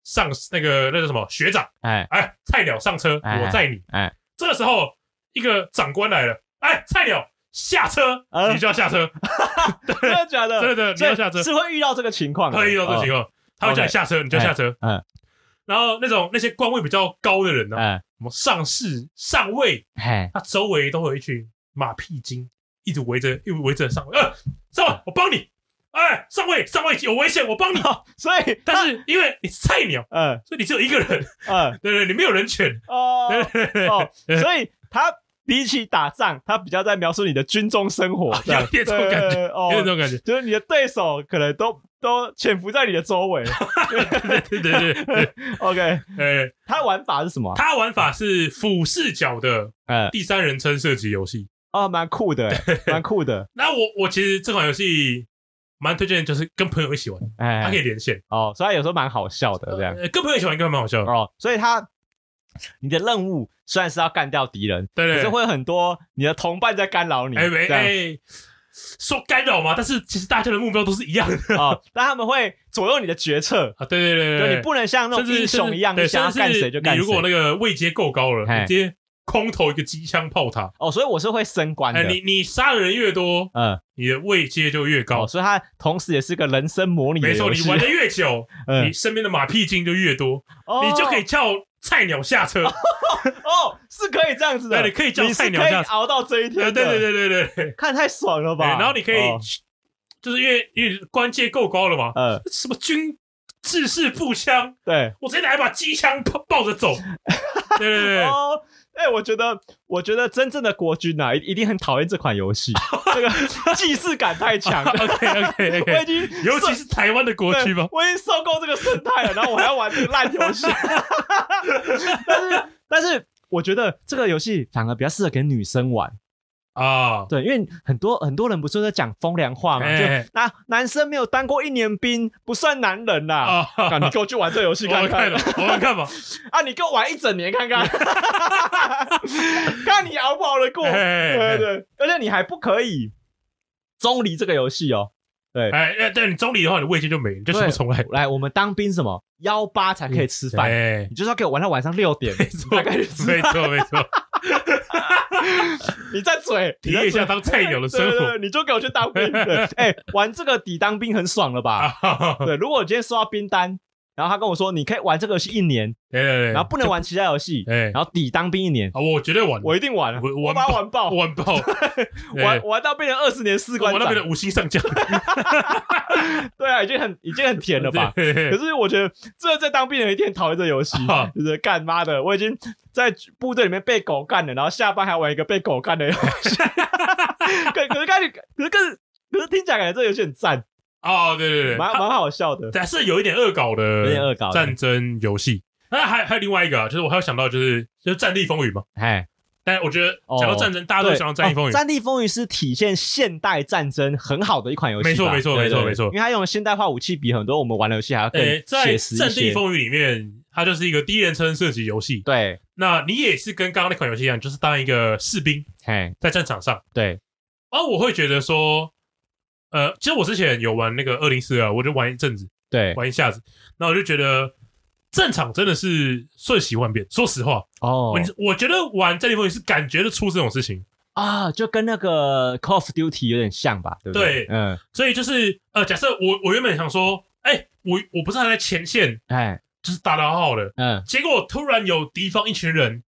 Speaker 1: 上那个那个什么学长，
Speaker 2: 哎
Speaker 1: 哎，菜鸟上车，
Speaker 2: 哎
Speaker 1: 我载你。
Speaker 2: 哎，
Speaker 1: 这个时候一个长官来了，哎，菜鸟下车，
Speaker 2: 呃
Speaker 1: 你就要下 车，
Speaker 2: 真的假的？
Speaker 1: 真的你要下车
Speaker 2: 所以是会遇到这个情况的，
Speaker 1: 可以到这个情
Speaker 2: 况，
Speaker 1: 况，他会叫你下车，你就下车。
Speaker 2: 哦嗯
Speaker 1: 然后那种那些官位比较高的人呢、
Speaker 2: 嗯，
Speaker 1: 什么上士、上尉，
Speaker 2: 嘿，
Speaker 1: 他周围都会有一群马屁精，一直围着，一直围着上尉。呃，上尉，我帮你。哎，上尉，上尉有危险，我帮你。
Speaker 2: 所以
Speaker 1: 但是因为你是菜鸟，
Speaker 2: 嗯
Speaker 1: 所以你只有一个人，
Speaker 2: 嗯。
Speaker 1: 对对，你没有人权。
Speaker 2: 哦
Speaker 1: 对对对
Speaker 2: 哦，所以他比起打仗，他比较在描述你的军中生活，这 样
Speaker 1: 有 点这种感觉有
Speaker 2: 对
Speaker 1: 点这
Speaker 2: 哦，
Speaker 1: 种感觉。
Speaker 2: 就是你的对手可能都都潜伏在你的周 围。
Speaker 1: 对对对对，
Speaker 2: OK，
Speaker 1: 呃，
Speaker 2: 他的玩法是什么啊？
Speaker 1: 他玩法是俯视角的
Speaker 2: 嗯，
Speaker 1: 第三人称射击游戏。
Speaker 2: 哦，蛮 酷的欸，蛮酷的。
Speaker 1: 那我我其实这款游戏蛮推荐，就是跟朋友一起玩，它可
Speaker 2: 哎
Speaker 1: 以，连线。
Speaker 2: 哦，所以他有时候蛮好笑的这样。
Speaker 1: 呃，跟朋友一起玩应该蛮好笑的。
Speaker 2: 哦，所以他你的任务虽然是要干掉敌人，
Speaker 1: 对
Speaker 2: 可
Speaker 1: 对
Speaker 2: 是
Speaker 1: 对，
Speaker 2: 会有很多你的同伴在干扰你，
Speaker 1: 哎喂
Speaker 2: 这样
Speaker 1: 哎，说干扰嘛，但是其实大家的目标都是一样的
Speaker 2: 哦，但他们会左右你的决策，
Speaker 1: 啊。对对对
Speaker 2: 就
Speaker 1: 对，
Speaker 2: 你不能像那
Speaker 1: 甚
Speaker 2: 种
Speaker 1: 至
Speaker 2: 英雄一样，
Speaker 1: 甚
Speaker 2: 你
Speaker 1: 至
Speaker 2: 想要干谁就干
Speaker 1: 你
Speaker 2: 谁。
Speaker 1: 如果那个位阶够高了，
Speaker 2: 嘿
Speaker 1: 你直接空投一个机枪炮塔，
Speaker 2: 哦，所以我是会升官的。
Speaker 1: 哎，你你杀的人越多，
Speaker 2: 嗯，
Speaker 1: 你的位阶就越高
Speaker 2: 哦，。所以它同时也是个人生模拟的
Speaker 1: 没错，
Speaker 2: 游
Speaker 1: 你
Speaker 2: 戏
Speaker 1: 玩的越久，
Speaker 2: 嗯
Speaker 1: 你身边的马屁精就越多，
Speaker 2: 哦
Speaker 1: 你就可以叫菜鸟下车。
Speaker 2: 哦，是可以这样子的，
Speaker 1: 对你可以叫
Speaker 2: 你是
Speaker 1: 菜鸟
Speaker 2: 可以
Speaker 1: 这样子
Speaker 2: 熬到这一天
Speaker 1: 对
Speaker 2: 的，
Speaker 1: 对对对对对，
Speaker 2: 看太爽了吧？
Speaker 1: 哎然后你可以
Speaker 2: 哦，
Speaker 1: 就是因为因为官阶够高了嘛，
Speaker 2: 呃，
Speaker 1: 什么军制式步枪，
Speaker 2: 对，
Speaker 1: 我直接拿一把机枪抱抱着走。对对对，
Speaker 2: 哦。哎、我觉得，我觉得真正的国军啊，一一定很讨厌这款 游戏，这个既视感太强。
Speaker 1: OK OK
Speaker 2: 我已
Speaker 1: OK，
Speaker 2: 经
Speaker 1: 尤其
Speaker 2: 受
Speaker 1: 是台湾的国
Speaker 2: 对
Speaker 1: 区吧。
Speaker 2: 我已经受够这个生态了，然后我还要玩这个烂 游戏。但是，但是我觉得这个游戏反而比较适合给女生玩。
Speaker 1: 啊，
Speaker 2: 对，因为很多很多人不是在讲风凉话嘛，就
Speaker 1: 哎
Speaker 2: 那男生没有当过一年兵不算男人啦。
Speaker 1: 啊，
Speaker 2: 啊，你给我去玩这游 戏
Speaker 1: 我
Speaker 2: 看
Speaker 1: 们看
Speaker 2: 看
Speaker 1: 了，我们看吧。
Speaker 2: 啊！你给我玩一整年看看， 看你熬不熬得过。
Speaker 1: 哎哎
Speaker 2: 对对对，而且你还不可以中离这个游戏哦。对，
Speaker 1: 哎，哎对你中离的话，你位阶就没，你就全部
Speaker 2: 对
Speaker 1: 重来。
Speaker 2: 来，我们当兵什么幺八才可以吃饭，
Speaker 1: 哎，
Speaker 2: 你就是要给我玩到晚上六点，
Speaker 1: 没错，
Speaker 2: 大概
Speaker 1: 没
Speaker 2: 是
Speaker 1: 错，没错。
Speaker 2: 你在嘴，
Speaker 1: 体验一下
Speaker 2: 你在嘴
Speaker 1: 当菜鸟的生活
Speaker 2: 对对对你就给我去当兵。 对哎，玩这个抵当兵很爽了吧？
Speaker 1: 啊
Speaker 2: 对，如果我今天收到兵单，然后他跟我说你可以玩这个游戏一年，
Speaker 1: 对对对，
Speaker 2: 然后不能玩其他游戏，
Speaker 1: 哎，
Speaker 2: 然后抵当兵一年，
Speaker 1: 啊，我绝对玩，
Speaker 2: 我一定玩啊，
Speaker 1: 我哎
Speaker 2: 我把它玩爆，
Speaker 1: 玩 爆，
Speaker 2: 玩玩到变成二十年士
Speaker 1: 我
Speaker 2: 官
Speaker 1: 那边
Speaker 2: 长
Speaker 1: 的，五星上将，
Speaker 2: 对啊，已经很已经很甜了吧？
Speaker 1: 对？
Speaker 2: 可是我觉得，这在当兵的人一定很讨厌这游戏
Speaker 1: 啊，
Speaker 2: 就是干妈的，我已经在部队里面被狗干了，然后下班还玩一个被狗干的游 戏。可可是感觉，可是可是可是听起来感觉这游戏很赞，
Speaker 1: 哦，对对对，
Speaker 2: 蛮蛮好笑的。
Speaker 1: 但是有一点恶搞的，
Speaker 2: 有点恶搞的
Speaker 1: 战争游戏。那还还有另外一个啊，就是我还有想到就是就是《战地风云》嘛，
Speaker 2: 哎，
Speaker 1: 但我觉得
Speaker 2: 哦
Speaker 1: 讲到战争，大家都
Speaker 2: 对
Speaker 1: 想到《战地风
Speaker 2: 哦
Speaker 1: 云》
Speaker 2: 战地风云是体现现代战争很好的一款游戏吧，
Speaker 1: 没错没错
Speaker 2: 对
Speaker 1: 没错
Speaker 2: 对对
Speaker 1: 没错
Speaker 2: 因为它用现代化武器比很多我们玩的游戏还要更
Speaker 1: 诶，在
Speaker 2: 写
Speaker 1: 《
Speaker 2: 实一
Speaker 1: 战地
Speaker 2: 些。
Speaker 1: 风云》里面，它就是一个第一人称射击游戏。
Speaker 2: 对，
Speaker 1: 那你也是跟刚刚那款游戏一样，就是当一个士兵
Speaker 2: 嘿，
Speaker 1: 在战场上。
Speaker 2: 对，
Speaker 1: 而我会觉得说，呃，其实我之前有玩那个二零四二，啊我就玩一阵子，
Speaker 2: 对，
Speaker 1: 玩一下子，那我就觉得战场真的是瞬息万变。说实话，
Speaker 2: 哦
Speaker 1: 我我觉得玩《战地风云》是感觉得出这种事情。
Speaker 2: 啊，就跟那个 Call of Duty 有点像吧，对不
Speaker 1: 对
Speaker 2: 嗯，
Speaker 1: 所以就是呃，假设我我原本想说，哎、我我不是还在前线，
Speaker 2: 哎，
Speaker 1: 就是打打好好的，
Speaker 2: 嗯，
Speaker 1: 结果突然有敌方一群人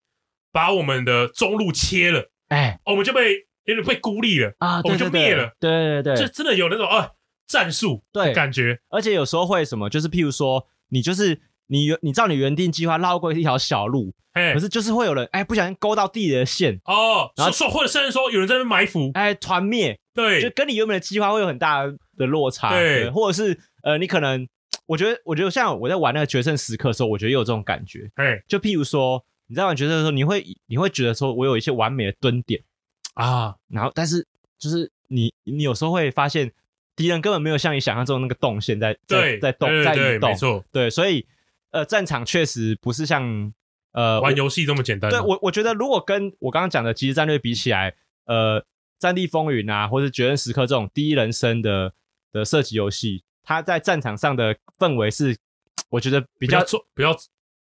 Speaker 1: 把我们的中路切了，
Speaker 2: 哎
Speaker 1: 哦我们就被有点被孤立了，
Speaker 2: 啊，
Speaker 1: 我
Speaker 2: 对
Speaker 1: 们哦就
Speaker 2: 对
Speaker 1: 灭
Speaker 2: 对
Speaker 1: 了，
Speaker 2: 对对
Speaker 1: 这
Speaker 2: 对
Speaker 1: 真的有那种啊战术的
Speaker 2: 对对，
Speaker 1: 感觉，
Speaker 2: 而且有时候会什么，就是譬如说，你就是你原你照你原定计划绕过一条小路，
Speaker 1: 哎
Speaker 2: 可，是就是会有人哎不小心勾到地雷的线，
Speaker 1: 哦，说
Speaker 2: 然后
Speaker 1: 说或者甚至说有人在那边埋伏，
Speaker 2: 哎团灭，就
Speaker 1: 对，
Speaker 2: 跟你原本的计划会有很大的落差，
Speaker 1: 对
Speaker 2: 或者是呃你可能，我觉得我觉得像我在玩那个决胜时刻的时候，我觉得也有这种感觉，
Speaker 1: 哎
Speaker 2: 就譬如说你在玩决胜的时候，你会你会觉得说我有一些完美的蹲点。
Speaker 1: 啊，
Speaker 2: 然后但是就是你你有时候会发现敌人根本没有像你想象中那个动线在在
Speaker 1: 对，
Speaker 2: 在动
Speaker 1: 对
Speaker 2: 在
Speaker 1: 对
Speaker 2: 移
Speaker 1: 对，
Speaker 2: 动
Speaker 1: 没，错，
Speaker 2: 对，所以呃战场确实不是像呃
Speaker 1: 玩
Speaker 2: 我
Speaker 1: 游戏这么简单，
Speaker 2: 对我我觉得如果跟我刚刚讲的即时战略比起来，呃《战地风云》啊，或是《决胜时刻》这种第一人称的的射击游戏，它在战场上的氛围是我觉得比
Speaker 1: 比
Speaker 2: 较
Speaker 1: 较做比较，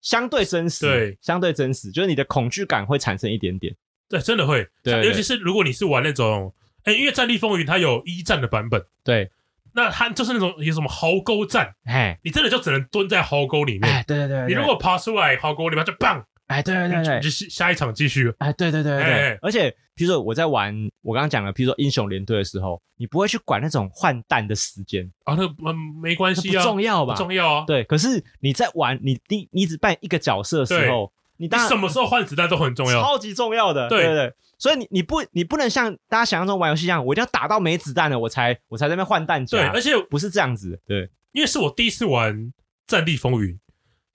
Speaker 2: 相对真实，
Speaker 1: 对，
Speaker 2: 相对真实，就是你的恐惧感会产生一点点，
Speaker 1: 对，真的会，
Speaker 2: 对对
Speaker 1: 尤其是如果你是玩那种，哎，因为《战地风云》它有一战的版本，
Speaker 2: 对，
Speaker 1: 那它就是那种有什么壕沟战，
Speaker 2: 哎
Speaker 1: 你真的就只能蹲在壕沟里面。
Speaker 2: 哎，对对对，对
Speaker 1: 你如果爬出来壕沟里面就棒，
Speaker 2: 哎对对对
Speaker 1: 你就
Speaker 2: 对
Speaker 1: 你，就下一场继续。
Speaker 2: 哎，对对对对对，
Speaker 1: 哎哎
Speaker 2: 而且譬如说我在玩我刚刚讲的，譬如说英雄联队的时候，你不会去管那种换弹的时间，
Speaker 1: 啊，那嗯没关
Speaker 2: 这
Speaker 1: 系啊，
Speaker 2: 不重要吧？
Speaker 1: 不重要啊。
Speaker 2: 对，可是你在玩你第你只扮一个角色的时候，你
Speaker 1: 你
Speaker 2: 当然
Speaker 1: 什么时候换子弹都很重要。
Speaker 2: 超级重要的，
Speaker 1: 对
Speaker 2: 对对。所以你你不你不能像大家想象中玩游戏一样，我一定要打到没子弹了，我才我才在那边换弹
Speaker 1: 对，
Speaker 2: 夹，
Speaker 1: 而且
Speaker 2: 不是这样子，对
Speaker 1: 因为是我第一次玩《战地风云》，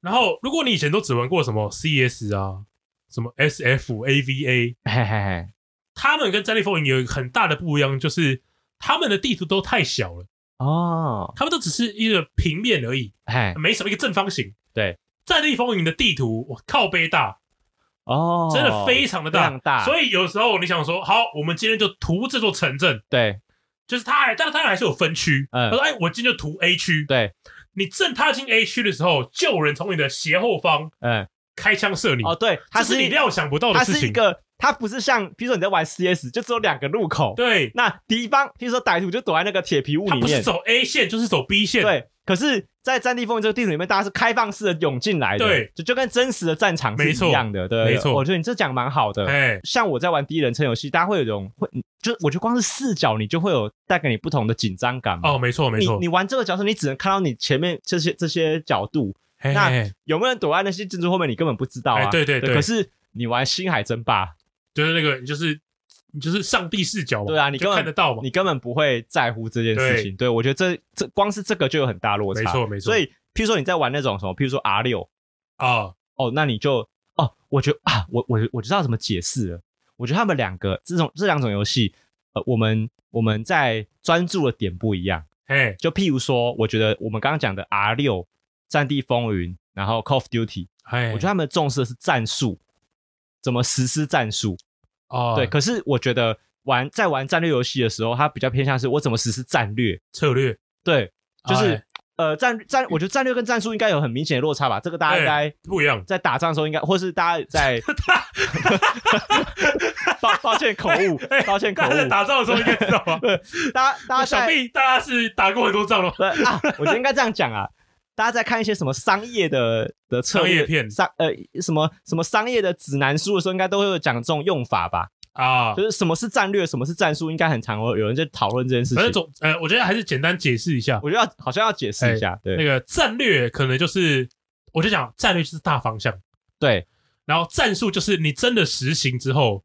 Speaker 1: 然后如果你以前都只玩过什么 CS 啊、什么 SF、AVA，
Speaker 2: 嘿嘿嘿，
Speaker 1: 他们跟《战地风云》有一个很大的不一样，就是他们的地图都太小了，
Speaker 2: 哦，
Speaker 1: 他们都只是一个平面而已，
Speaker 2: 嘿
Speaker 1: 没什么一个正方形。
Speaker 2: 对，
Speaker 1: 《战地风云》的地图哇靠背大，
Speaker 2: 哦，
Speaker 1: 真的非常的
Speaker 2: 非
Speaker 1: 大，
Speaker 2: 常大
Speaker 1: 所以有时候你想说，好，我们今天就图这座城镇，
Speaker 2: 对
Speaker 1: 就是它还，但它还是有分区。
Speaker 2: 嗯
Speaker 1: 他说，哎，我今天就图 A 区。
Speaker 2: 对，
Speaker 1: 你正踏进 A 区的时候，就有人从你的斜后方
Speaker 2: 嗯，
Speaker 1: 开枪射你，
Speaker 2: 哦对，它
Speaker 1: 这是
Speaker 2: 一
Speaker 1: 你料想不到的
Speaker 2: 它
Speaker 1: 事
Speaker 2: 是一
Speaker 1: 情。
Speaker 2: 个，它不是像，比如说你在玩 CS 就只有两个路口，
Speaker 1: 对，
Speaker 2: 那敌方，比如说歹徒就躲在那个铁皮屋
Speaker 1: 他
Speaker 2: 里
Speaker 1: 不是
Speaker 2: 面，
Speaker 1: 走 A 线就是走 B 线。，
Speaker 2: 对。可是，在《战地风云》这个地图里面，大家是开放式的涌进来的，
Speaker 1: 对，
Speaker 2: 就就跟真实的战场是
Speaker 1: 没错
Speaker 2: 一样的，对，
Speaker 1: 没错
Speaker 2: 我觉得你这讲蛮好的。
Speaker 1: 哎，
Speaker 2: 像我在玩第一人称游戏，大家会有一种会，就我觉得光是视角，你就会有带给你不同的紧张感嘛。
Speaker 1: 哦，没错没
Speaker 2: 你
Speaker 1: 错
Speaker 2: 你。玩这个角色，你只能看到你前面这些这些角度，
Speaker 1: 嘿
Speaker 2: 那
Speaker 1: 嘿嘿
Speaker 2: 有没有人躲在那些建筑后面，你根本不知道啊。
Speaker 1: 哎对对对
Speaker 2: 可是你玩《星海争霸》，
Speaker 1: 就是那个，就是你就是上帝视角嘛，
Speaker 2: 对啊你
Speaker 1: 就
Speaker 2: 根本
Speaker 1: 看得到嘛。
Speaker 2: 你根本不会在乎这件事情。对我觉得这这光是这个就有很大落差，
Speaker 1: 没错没错
Speaker 2: 所以，譬如说你在玩那种什么，譬如说 R 六，
Speaker 1: 啊，
Speaker 2: 哦，那你就哦，我觉得啊，我我我知道怎么解释了。我觉得他们两个这种这两种游戏，呃，我们我们在专注的点不一样。
Speaker 1: 哎，
Speaker 2: 就譬如说，我觉得我们刚刚讲的 R 六、战地风云，然后 Call of Duty，
Speaker 1: 哎，
Speaker 2: 我觉得他们重视的是战术，怎么实施战术。
Speaker 1: 哦，
Speaker 2: 对，可是我觉得玩在玩战略游戏的时候，它比较偏向是我怎么实施战略。
Speaker 1: 策略
Speaker 2: 对，就是、
Speaker 1: 哎
Speaker 2: 呃战战，我觉得战略跟战术应该有很明显的落差吧，这个大家应该。
Speaker 1: 不一样。
Speaker 2: 在打仗的时候，应该或是大家 在，抱抱歉口误，抱歉口
Speaker 1: 哎大家在打仗的
Speaker 2: 误，
Speaker 1: 时候应该知道吧？
Speaker 2: 大家 大
Speaker 1: 那
Speaker 2: 家
Speaker 1: 想
Speaker 2: 在
Speaker 1: 必大家是打过很多仗了吧。
Speaker 2: 对啊，我觉得应该这样讲啊。大家在看一些什么商业的的策略
Speaker 1: 商业片
Speaker 2: 商呃什么什么商业的指南书的时候，应该都会有讲这种用法吧？
Speaker 1: 啊
Speaker 2: 就，是什么是战略，什么是战术，应该很常会有人在讨论这件事
Speaker 1: 反正
Speaker 2: 情。
Speaker 1: 总呃，我觉得还是简单解释一下，
Speaker 2: 我觉得要好像要解释一下，对
Speaker 1: 哎那个战略可能就是，我就讲战略就是大方向，
Speaker 2: 对
Speaker 1: 然后战术就是你真的实行之后，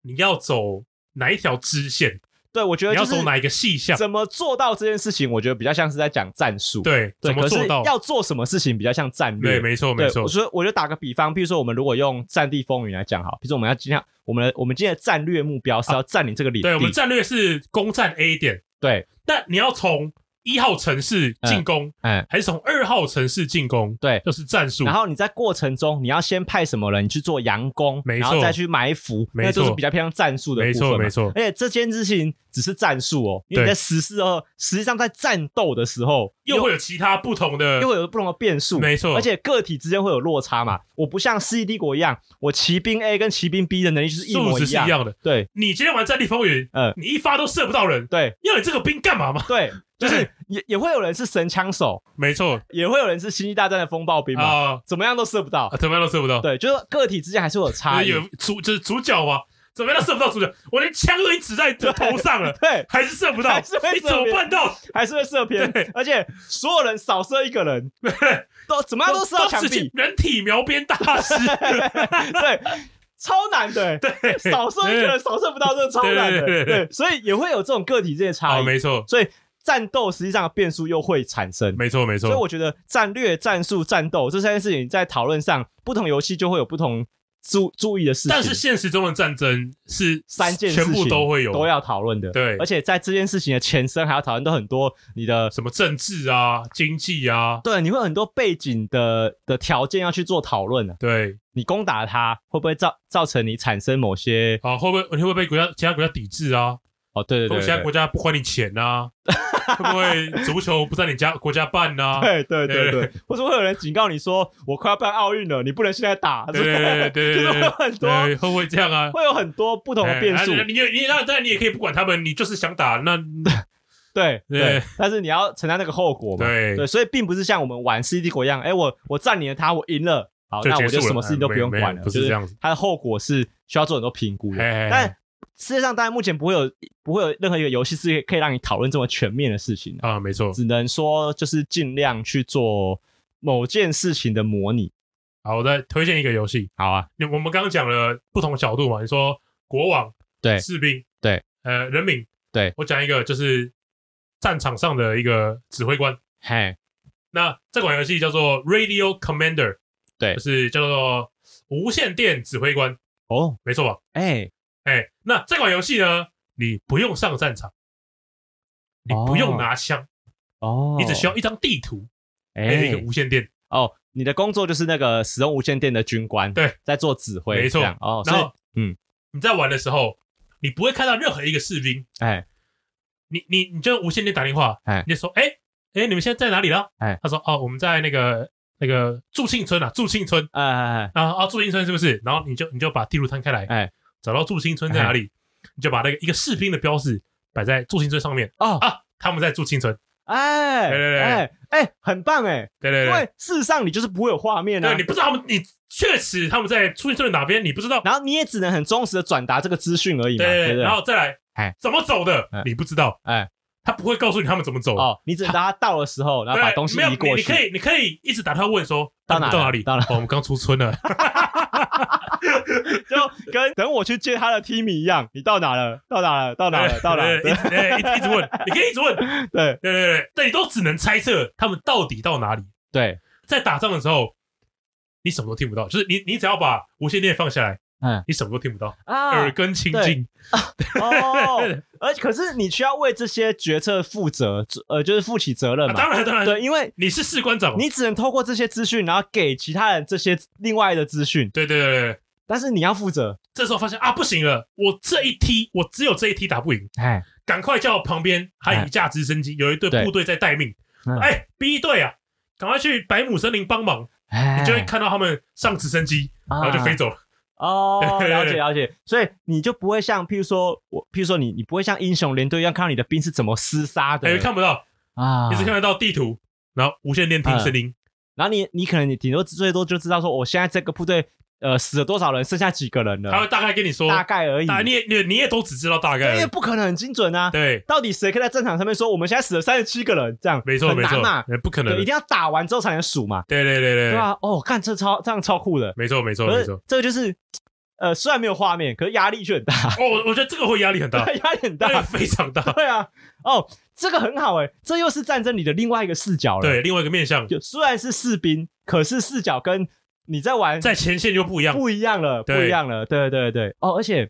Speaker 1: 你要走哪一条支线，
Speaker 2: 对，我觉
Speaker 1: 你
Speaker 2: 得
Speaker 1: 要
Speaker 2: 就是
Speaker 1: 走哪一个细项，
Speaker 2: 怎么做到这件事情，我觉得比较像是在讲战术。
Speaker 1: 对，
Speaker 2: 对，
Speaker 1: 怎么
Speaker 2: 可
Speaker 1: 做
Speaker 2: 是
Speaker 1: 到？
Speaker 2: 要做什么事情比较像战略？
Speaker 1: 对，没错，没
Speaker 2: 对，
Speaker 1: 错
Speaker 2: 我，说，我就打个比方，比如说我们如果用《战地风云》来讲好，比如说我们要今天我们的我们今天的战略目标是要占领这个领地，
Speaker 1: 啊对，我们战略是攻占 A 点，
Speaker 2: 对，
Speaker 1: 但你要从一号城市进攻，
Speaker 2: 嗯，
Speaker 1: 还是从二号城市进攻？
Speaker 2: 对
Speaker 1: 就是战术。
Speaker 2: 然后你在过程中你要先派什么人去做佯攻，
Speaker 1: 没
Speaker 2: 然后
Speaker 1: 错
Speaker 2: 再去埋伏，
Speaker 1: 没
Speaker 2: 那就是
Speaker 1: 错
Speaker 2: 比较偏向战术的
Speaker 1: 没
Speaker 2: 部
Speaker 1: 错
Speaker 2: 分嘛
Speaker 1: 没错
Speaker 2: 而且这件事情只是战术哦，因为你
Speaker 1: 对
Speaker 2: 在实施后，实际上在战斗的时候
Speaker 1: 又会有其他不同的
Speaker 2: 又，会有不同的变数，
Speaker 1: 没错
Speaker 2: 而且个体之间会有落差嘛。我不像《世纪帝国》一样，我骑兵 A 跟骑兵 B 的能力就是一
Speaker 1: 数
Speaker 2: 模
Speaker 1: 值
Speaker 2: 一
Speaker 1: 是一
Speaker 2: 样，
Speaker 1: 样的。
Speaker 2: 对
Speaker 1: 你今天玩战地风云，
Speaker 2: 嗯
Speaker 1: 你一发都射不到人，
Speaker 2: 对
Speaker 1: 要你这个兵干嘛嘛？
Speaker 2: 对，就是
Speaker 1: 对
Speaker 2: 也也会有人是神枪手，
Speaker 1: 没错
Speaker 2: 也会有人是星际大战的风暴兵嘛，
Speaker 1: 啊，
Speaker 2: 怎么样都射不到
Speaker 1: 啊。怎么样都射不到。
Speaker 2: 对，就是个体之间还是会有差
Speaker 1: 就是
Speaker 2: 异。
Speaker 1: 有主就是主角嘛，怎么样都射不到主角，我连枪都已经指在头上 了，
Speaker 2: 对，
Speaker 1: 还是射不到
Speaker 2: 还是，会
Speaker 1: 你
Speaker 2: 射
Speaker 1: 怎么办到？
Speaker 2: 还是会射偏
Speaker 1: 对，
Speaker 2: 而且所有人少射一个人，都怎么样都射到墙
Speaker 1: 是
Speaker 2: 壁，
Speaker 1: 人体描边大 师，
Speaker 2: 对，超难的，
Speaker 1: 对，
Speaker 2: 少射一个人少射不到，真的超难的，
Speaker 1: 对对对对
Speaker 2: 对，所以也会有这种个体之间的差
Speaker 1: 哦，
Speaker 2: 异，
Speaker 1: 没错，
Speaker 2: 所以战斗实际上的变数又会产生。
Speaker 1: 没错，没
Speaker 2: 所以
Speaker 1: 错，
Speaker 2: 我觉得战略、战术、战斗这三件事情在讨论上，不同游戏就会有不同注注意的事情。
Speaker 1: 但是现实中的战争是
Speaker 2: 三件事
Speaker 1: 全
Speaker 2: 情
Speaker 1: 部都会有，
Speaker 2: 都要讨论的，
Speaker 1: 对
Speaker 2: 而且在这件事情的前身还要讨论到很多你的
Speaker 1: 什么政治啊、经济啊，
Speaker 2: 对，你会有很多背景的的条件要去做讨论的。
Speaker 1: 对
Speaker 2: 你攻打它会不会造造成你产生某些
Speaker 1: 啊，会不会你会不会被国家其他国家抵制啊？
Speaker 2: 哦，对
Speaker 1: 会不会
Speaker 2: 对对
Speaker 1: 其他国
Speaker 2: 对
Speaker 1: 家不还你钱啊？ 会不会足球不在你家国家办啊呐？
Speaker 2: 对对
Speaker 1: 对
Speaker 2: 对对，或者会有人警告你说我快要办奥运了，你不能现在打，
Speaker 1: 对对对对
Speaker 2: 就是会有
Speaker 1: 对
Speaker 2: 很多
Speaker 1: 对，会不会这样 啊？
Speaker 2: 会有很多不同的变数
Speaker 1: 哎，啊你你你那当然你也可以不管他们，你就是想打那
Speaker 2: 对对
Speaker 1: 对，
Speaker 2: 但是你要承担那个后果嘛，
Speaker 1: 对
Speaker 2: 对，所以并不是像我们玩 C D 国一样，哎，我我占领了它，我赢了，好，
Speaker 1: 就
Speaker 2: 那我
Speaker 1: 结
Speaker 2: 就
Speaker 1: 束
Speaker 2: 什
Speaker 1: 了
Speaker 2: 么事情都
Speaker 1: 哎
Speaker 2: 不用
Speaker 1: 没
Speaker 2: 管
Speaker 1: 没
Speaker 2: 了，
Speaker 1: 不是
Speaker 2: 就嗯
Speaker 1: 这样子
Speaker 2: 它的后果是需要做很多评估的，
Speaker 1: 哎
Speaker 2: 但世界上当然目前不会有不会有任何一个游戏是可以让你讨论这么全面的事情的、
Speaker 1: 啊，没错。
Speaker 2: 只能说就是尽量去做某件事情的模拟。
Speaker 1: 好，我再推荐一个游戏。
Speaker 2: 好啊，
Speaker 1: 你我们刚刚讲了不同角度嘛，你说国王、
Speaker 2: 对
Speaker 1: 士兵、
Speaker 2: 对，
Speaker 1: 呃，人民，
Speaker 2: 对
Speaker 1: 我讲一个就是战场上的一个指挥官。
Speaker 2: 嘿，
Speaker 1: 那这款游戏叫做 Radio Commander，
Speaker 2: 对
Speaker 1: 就是叫做无线电指挥官，
Speaker 2: 哦，
Speaker 1: 没错吧？
Speaker 2: 哎、
Speaker 1: 哎，那这款游戏呢，你不用上战场，你不用拿枪，
Speaker 2: 哦，
Speaker 1: 你只需要一张地图，
Speaker 2: 哎、
Speaker 1: 还有一个无线电，
Speaker 2: 哦，你的工作就是那个使用无线电的军官，
Speaker 1: 对，
Speaker 2: 在做指挥，
Speaker 1: 没错
Speaker 2: 这样哦，
Speaker 1: 然
Speaker 2: 所以
Speaker 1: 后，
Speaker 2: 嗯，
Speaker 1: 你在玩的时候，你不会看到任何一个士兵，
Speaker 2: 哎，
Speaker 1: 你你你就无线电打电话，
Speaker 2: 哎
Speaker 1: 你就说，哎、哎、你们现在在哪里了？
Speaker 2: 哎
Speaker 1: 他说，哦，我们在那个那个驻庆村啊，驻庆村
Speaker 2: 哎哎
Speaker 1: 啊啊，驻庆村是不是？然后你就你就把地图摊开来，
Speaker 2: 哎，
Speaker 1: 找到驻庆村在哪里，你就把那个一个士兵的标志摆在驻庆村上面
Speaker 2: 哦，
Speaker 1: 啊，他们在驻庆村，
Speaker 2: 哎，
Speaker 1: 对对对
Speaker 2: 哎，哎，很棒哎，
Speaker 1: 对对
Speaker 2: 因
Speaker 1: 对，
Speaker 2: 为事实上你就是不会有画面啊
Speaker 1: 对，你不知道他们，你确实他们在驻庆村的哪边，你不知道，
Speaker 2: 然后你也只能很忠实的转达这个资讯而已嘛，
Speaker 1: 对
Speaker 2: 对不
Speaker 1: 对，
Speaker 2: 对
Speaker 1: 然后再来，
Speaker 2: 哎
Speaker 1: 怎么走的
Speaker 2: 哎
Speaker 1: 你不知道，
Speaker 2: 哎，
Speaker 1: 他不会告诉你他们怎么走。
Speaker 2: 哦，你只能等他到的时候，然后
Speaker 1: 对，
Speaker 2: 把东西
Speaker 1: 没有
Speaker 2: 移过
Speaker 1: 你你
Speaker 2: 去
Speaker 1: 可。以，你可以一直打电话问说
Speaker 2: 到
Speaker 1: 你
Speaker 2: 哪
Speaker 1: 们到
Speaker 2: 了
Speaker 1: 哪里？
Speaker 2: 到哪
Speaker 1: 哦我们刚出村了。
Speaker 2: 就跟等我去接他的 Timmy 一样，你到哪了？到哪 了？到哪了？到哪了？
Speaker 1: 对
Speaker 2: 对
Speaker 1: 一直对一直一直问，你可以一直问，对
Speaker 2: 对
Speaker 1: 对对对，但你都只能猜测他们到底到哪里。
Speaker 2: 对，
Speaker 1: 在打仗的时候，你什么都听不到，就是你你只要把无线电放下来，
Speaker 2: 嗯
Speaker 1: 你什么都听不到，
Speaker 2: 啊
Speaker 1: 耳根清
Speaker 2: 对
Speaker 1: 净。
Speaker 2: 哦，而且可是你需要为这些决策负责，呃，就是负起责任
Speaker 1: 啊
Speaker 2: 嘛。
Speaker 1: 当然当然，
Speaker 2: 对，因为
Speaker 1: 你是士官长嘛，
Speaker 2: 你只能透过这些资讯，然后给其他人这些另外的资讯，
Speaker 1: 对对对对，对
Speaker 2: 但是你要负责。
Speaker 1: 这时候发现啊不行了，我这一踢我只有这一踢打不赢，
Speaker 2: 哎，
Speaker 1: 赶快叫旁边还有一架直升机，有一队
Speaker 2: 对
Speaker 1: 部队在待命，
Speaker 2: 嗯
Speaker 1: 哎、b 队啊，赶快去百亩森林帮忙，
Speaker 2: 哎啊
Speaker 1: 你就会看到他们上直升机，然后就飞走了。
Speaker 2: 哦，
Speaker 1: 对
Speaker 2: 了解了解，所以你就不会像，譬如说我，譬如说你，你不会像英雄联队一样看到你的兵是怎么厮杀的
Speaker 1: 哎、看不到，
Speaker 2: 啊
Speaker 1: 你只看得到地图，然后无线电听声音。
Speaker 2: 然后你你可能你顶多最多就知道说，我哦现在这个部队呃死了多少人，剩下几个人
Speaker 1: 他会
Speaker 2: 了，
Speaker 1: 大概跟你说，
Speaker 2: 大概哎而已，
Speaker 1: 大你也你也你也都只知道大
Speaker 2: 因
Speaker 1: 概
Speaker 2: 为
Speaker 1: 而已。
Speaker 2: 不可能很精准啊。
Speaker 1: 对，
Speaker 2: 到底谁可以在战场上面说我们现在死了三十七个人这样？
Speaker 1: 没错
Speaker 2: 很
Speaker 1: 没错
Speaker 2: 难嘛，，
Speaker 1: 哎不可能
Speaker 2: 对，一。定要打完之后才能数嘛，
Speaker 1: 对对对对
Speaker 2: 对
Speaker 1: 对，
Speaker 2: 吧？哦，看这超这样超酷的，
Speaker 1: 没错没错
Speaker 2: 可
Speaker 1: 没
Speaker 2: 是
Speaker 1: 错。
Speaker 2: 这个就是呃虽然没有画面，可是压力却很大，
Speaker 1: 哦，我我觉得这个会压力很大，
Speaker 2: 压力很大，
Speaker 1: 压力非常大。
Speaker 2: 对啊，哦，这个很好哎、这又是战争里的另外一个视角了。，
Speaker 1: 对，另外一个面向
Speaker 2: 就虽然是士兵，可是视角跟你在玩
Speaker 1: 在前线就不一样。
Speaker 2: 不一样了，不
Speaker 1: 对
Speaker 2: 一样了。对对对，哦，而且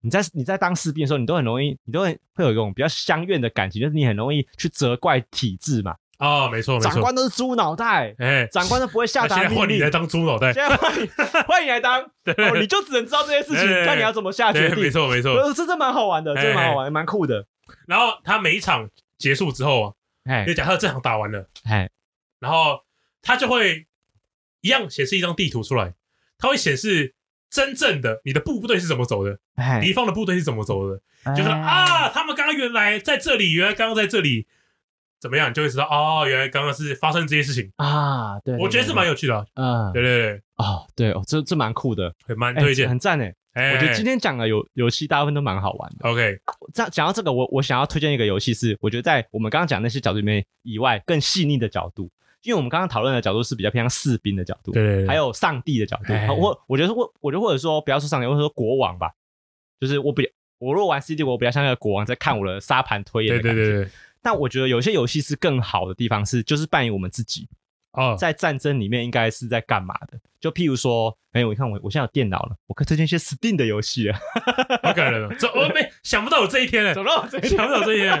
Speaker 2: 你在你在当士兵的时候，你都很容易，你都很会有一种比较相怨的感情，就是你很容易去责怪体制嘛，
Speaker 1: 啊，没错没
Speaker 2: 长
Speaker 1: 错。
Speaker 2: 官都是猪脑袋，
Speaker 1: 哎，
Speaker 2: 长官都不会下
Speaker 1: 那 现
Speaker 2: 达
Speaker 1: 在
Speaker 2: 命
Speaker 1: 换你
Speaker 2: 令
Speaker 1: 来。当猪脑袋
Speaker 2: 现。在换你， 换你来当，哦，你就只能知道这些事
Speaker 1: 对对
Speaker 2: 情，
Speaker 1: 对
Speaker 2: 看你要怎么下决
Speaker 1: 对，
Speaker 2: 定
Speaker 1: 没。错没哎错。
Speaker 2: 呃，这真蛮好玩的，这蛮好玩，蛮酷的。
Speaker 1: 然后他每一场结束之后啊，
Speaker 2: 哎
Speaker 1: 就假设这场打完了，
Speaker 2: 哎，
Speaker 1: 然后他就会一样显示一张地图出来，它会显示真正的你的部队是怎么走的，
Speaker 2: 哎
Speaker 1: 敌方的部队是怎么走的，就是啊，他们刚刚原来在这里，原来刚刚在这里，怎么样，你就会知道哦，原来刚刚是发生这些事情。
Speaker 2: 啊，对，
Speaker 1: 我觉得是蛮有趣的啊，
Speaker 2: 嗯
Speaker 1: 对对对，
Speaker 2: 哦，对哦，这这蛮酷的，
Speaker 1: 很蛮
Speaker 2: 哎
Speaker 1: 推荐。
Speaker 2: 很赞哎。
Speaker 1: 哎，
Speaker 2: 我觉得今天讲的游游戏大部分都蛮好玩的。
Speaker 1: OK，
Speaker 2: 这样讲到这个，我我想要推荐一个游戏是，我觉得在我们刚刚讲那些角度里面以外，更细腻的角度，因为我们刚刚讨论的角度是比较偏向士兵的角度，
Speaker 1: 对对对，
Speaker 2: 还有上帝的角度。
Speaker 1: 哎
Speaker 2: 好我我觉得我我觉得或者说不要说上帝，或者说国王吧，就是我比我如果玩 C D，我比较像那个国王在看我的沙盘推演
Speaker 1: 对
Speaker 2: 的
Speaker 1: 对
Speaker 2: 感觉
Speaker 1: 对对，
Speaker 2: 但我觉得有些游戏是更好的地方是，就是扮演我们自己。
Speaker 1: 哦，
Speaker 2: 在战争里面应该是在干嘛的？就譬如说，哎、我看我我现在有电脑了，我可以推荐一些 Steam 的游戏啊。
Speaker 1: 好感人哦，这我没想不到有这一天呢，
Speaker 2: 么了？这
Speaker 1: 想不到有这一天，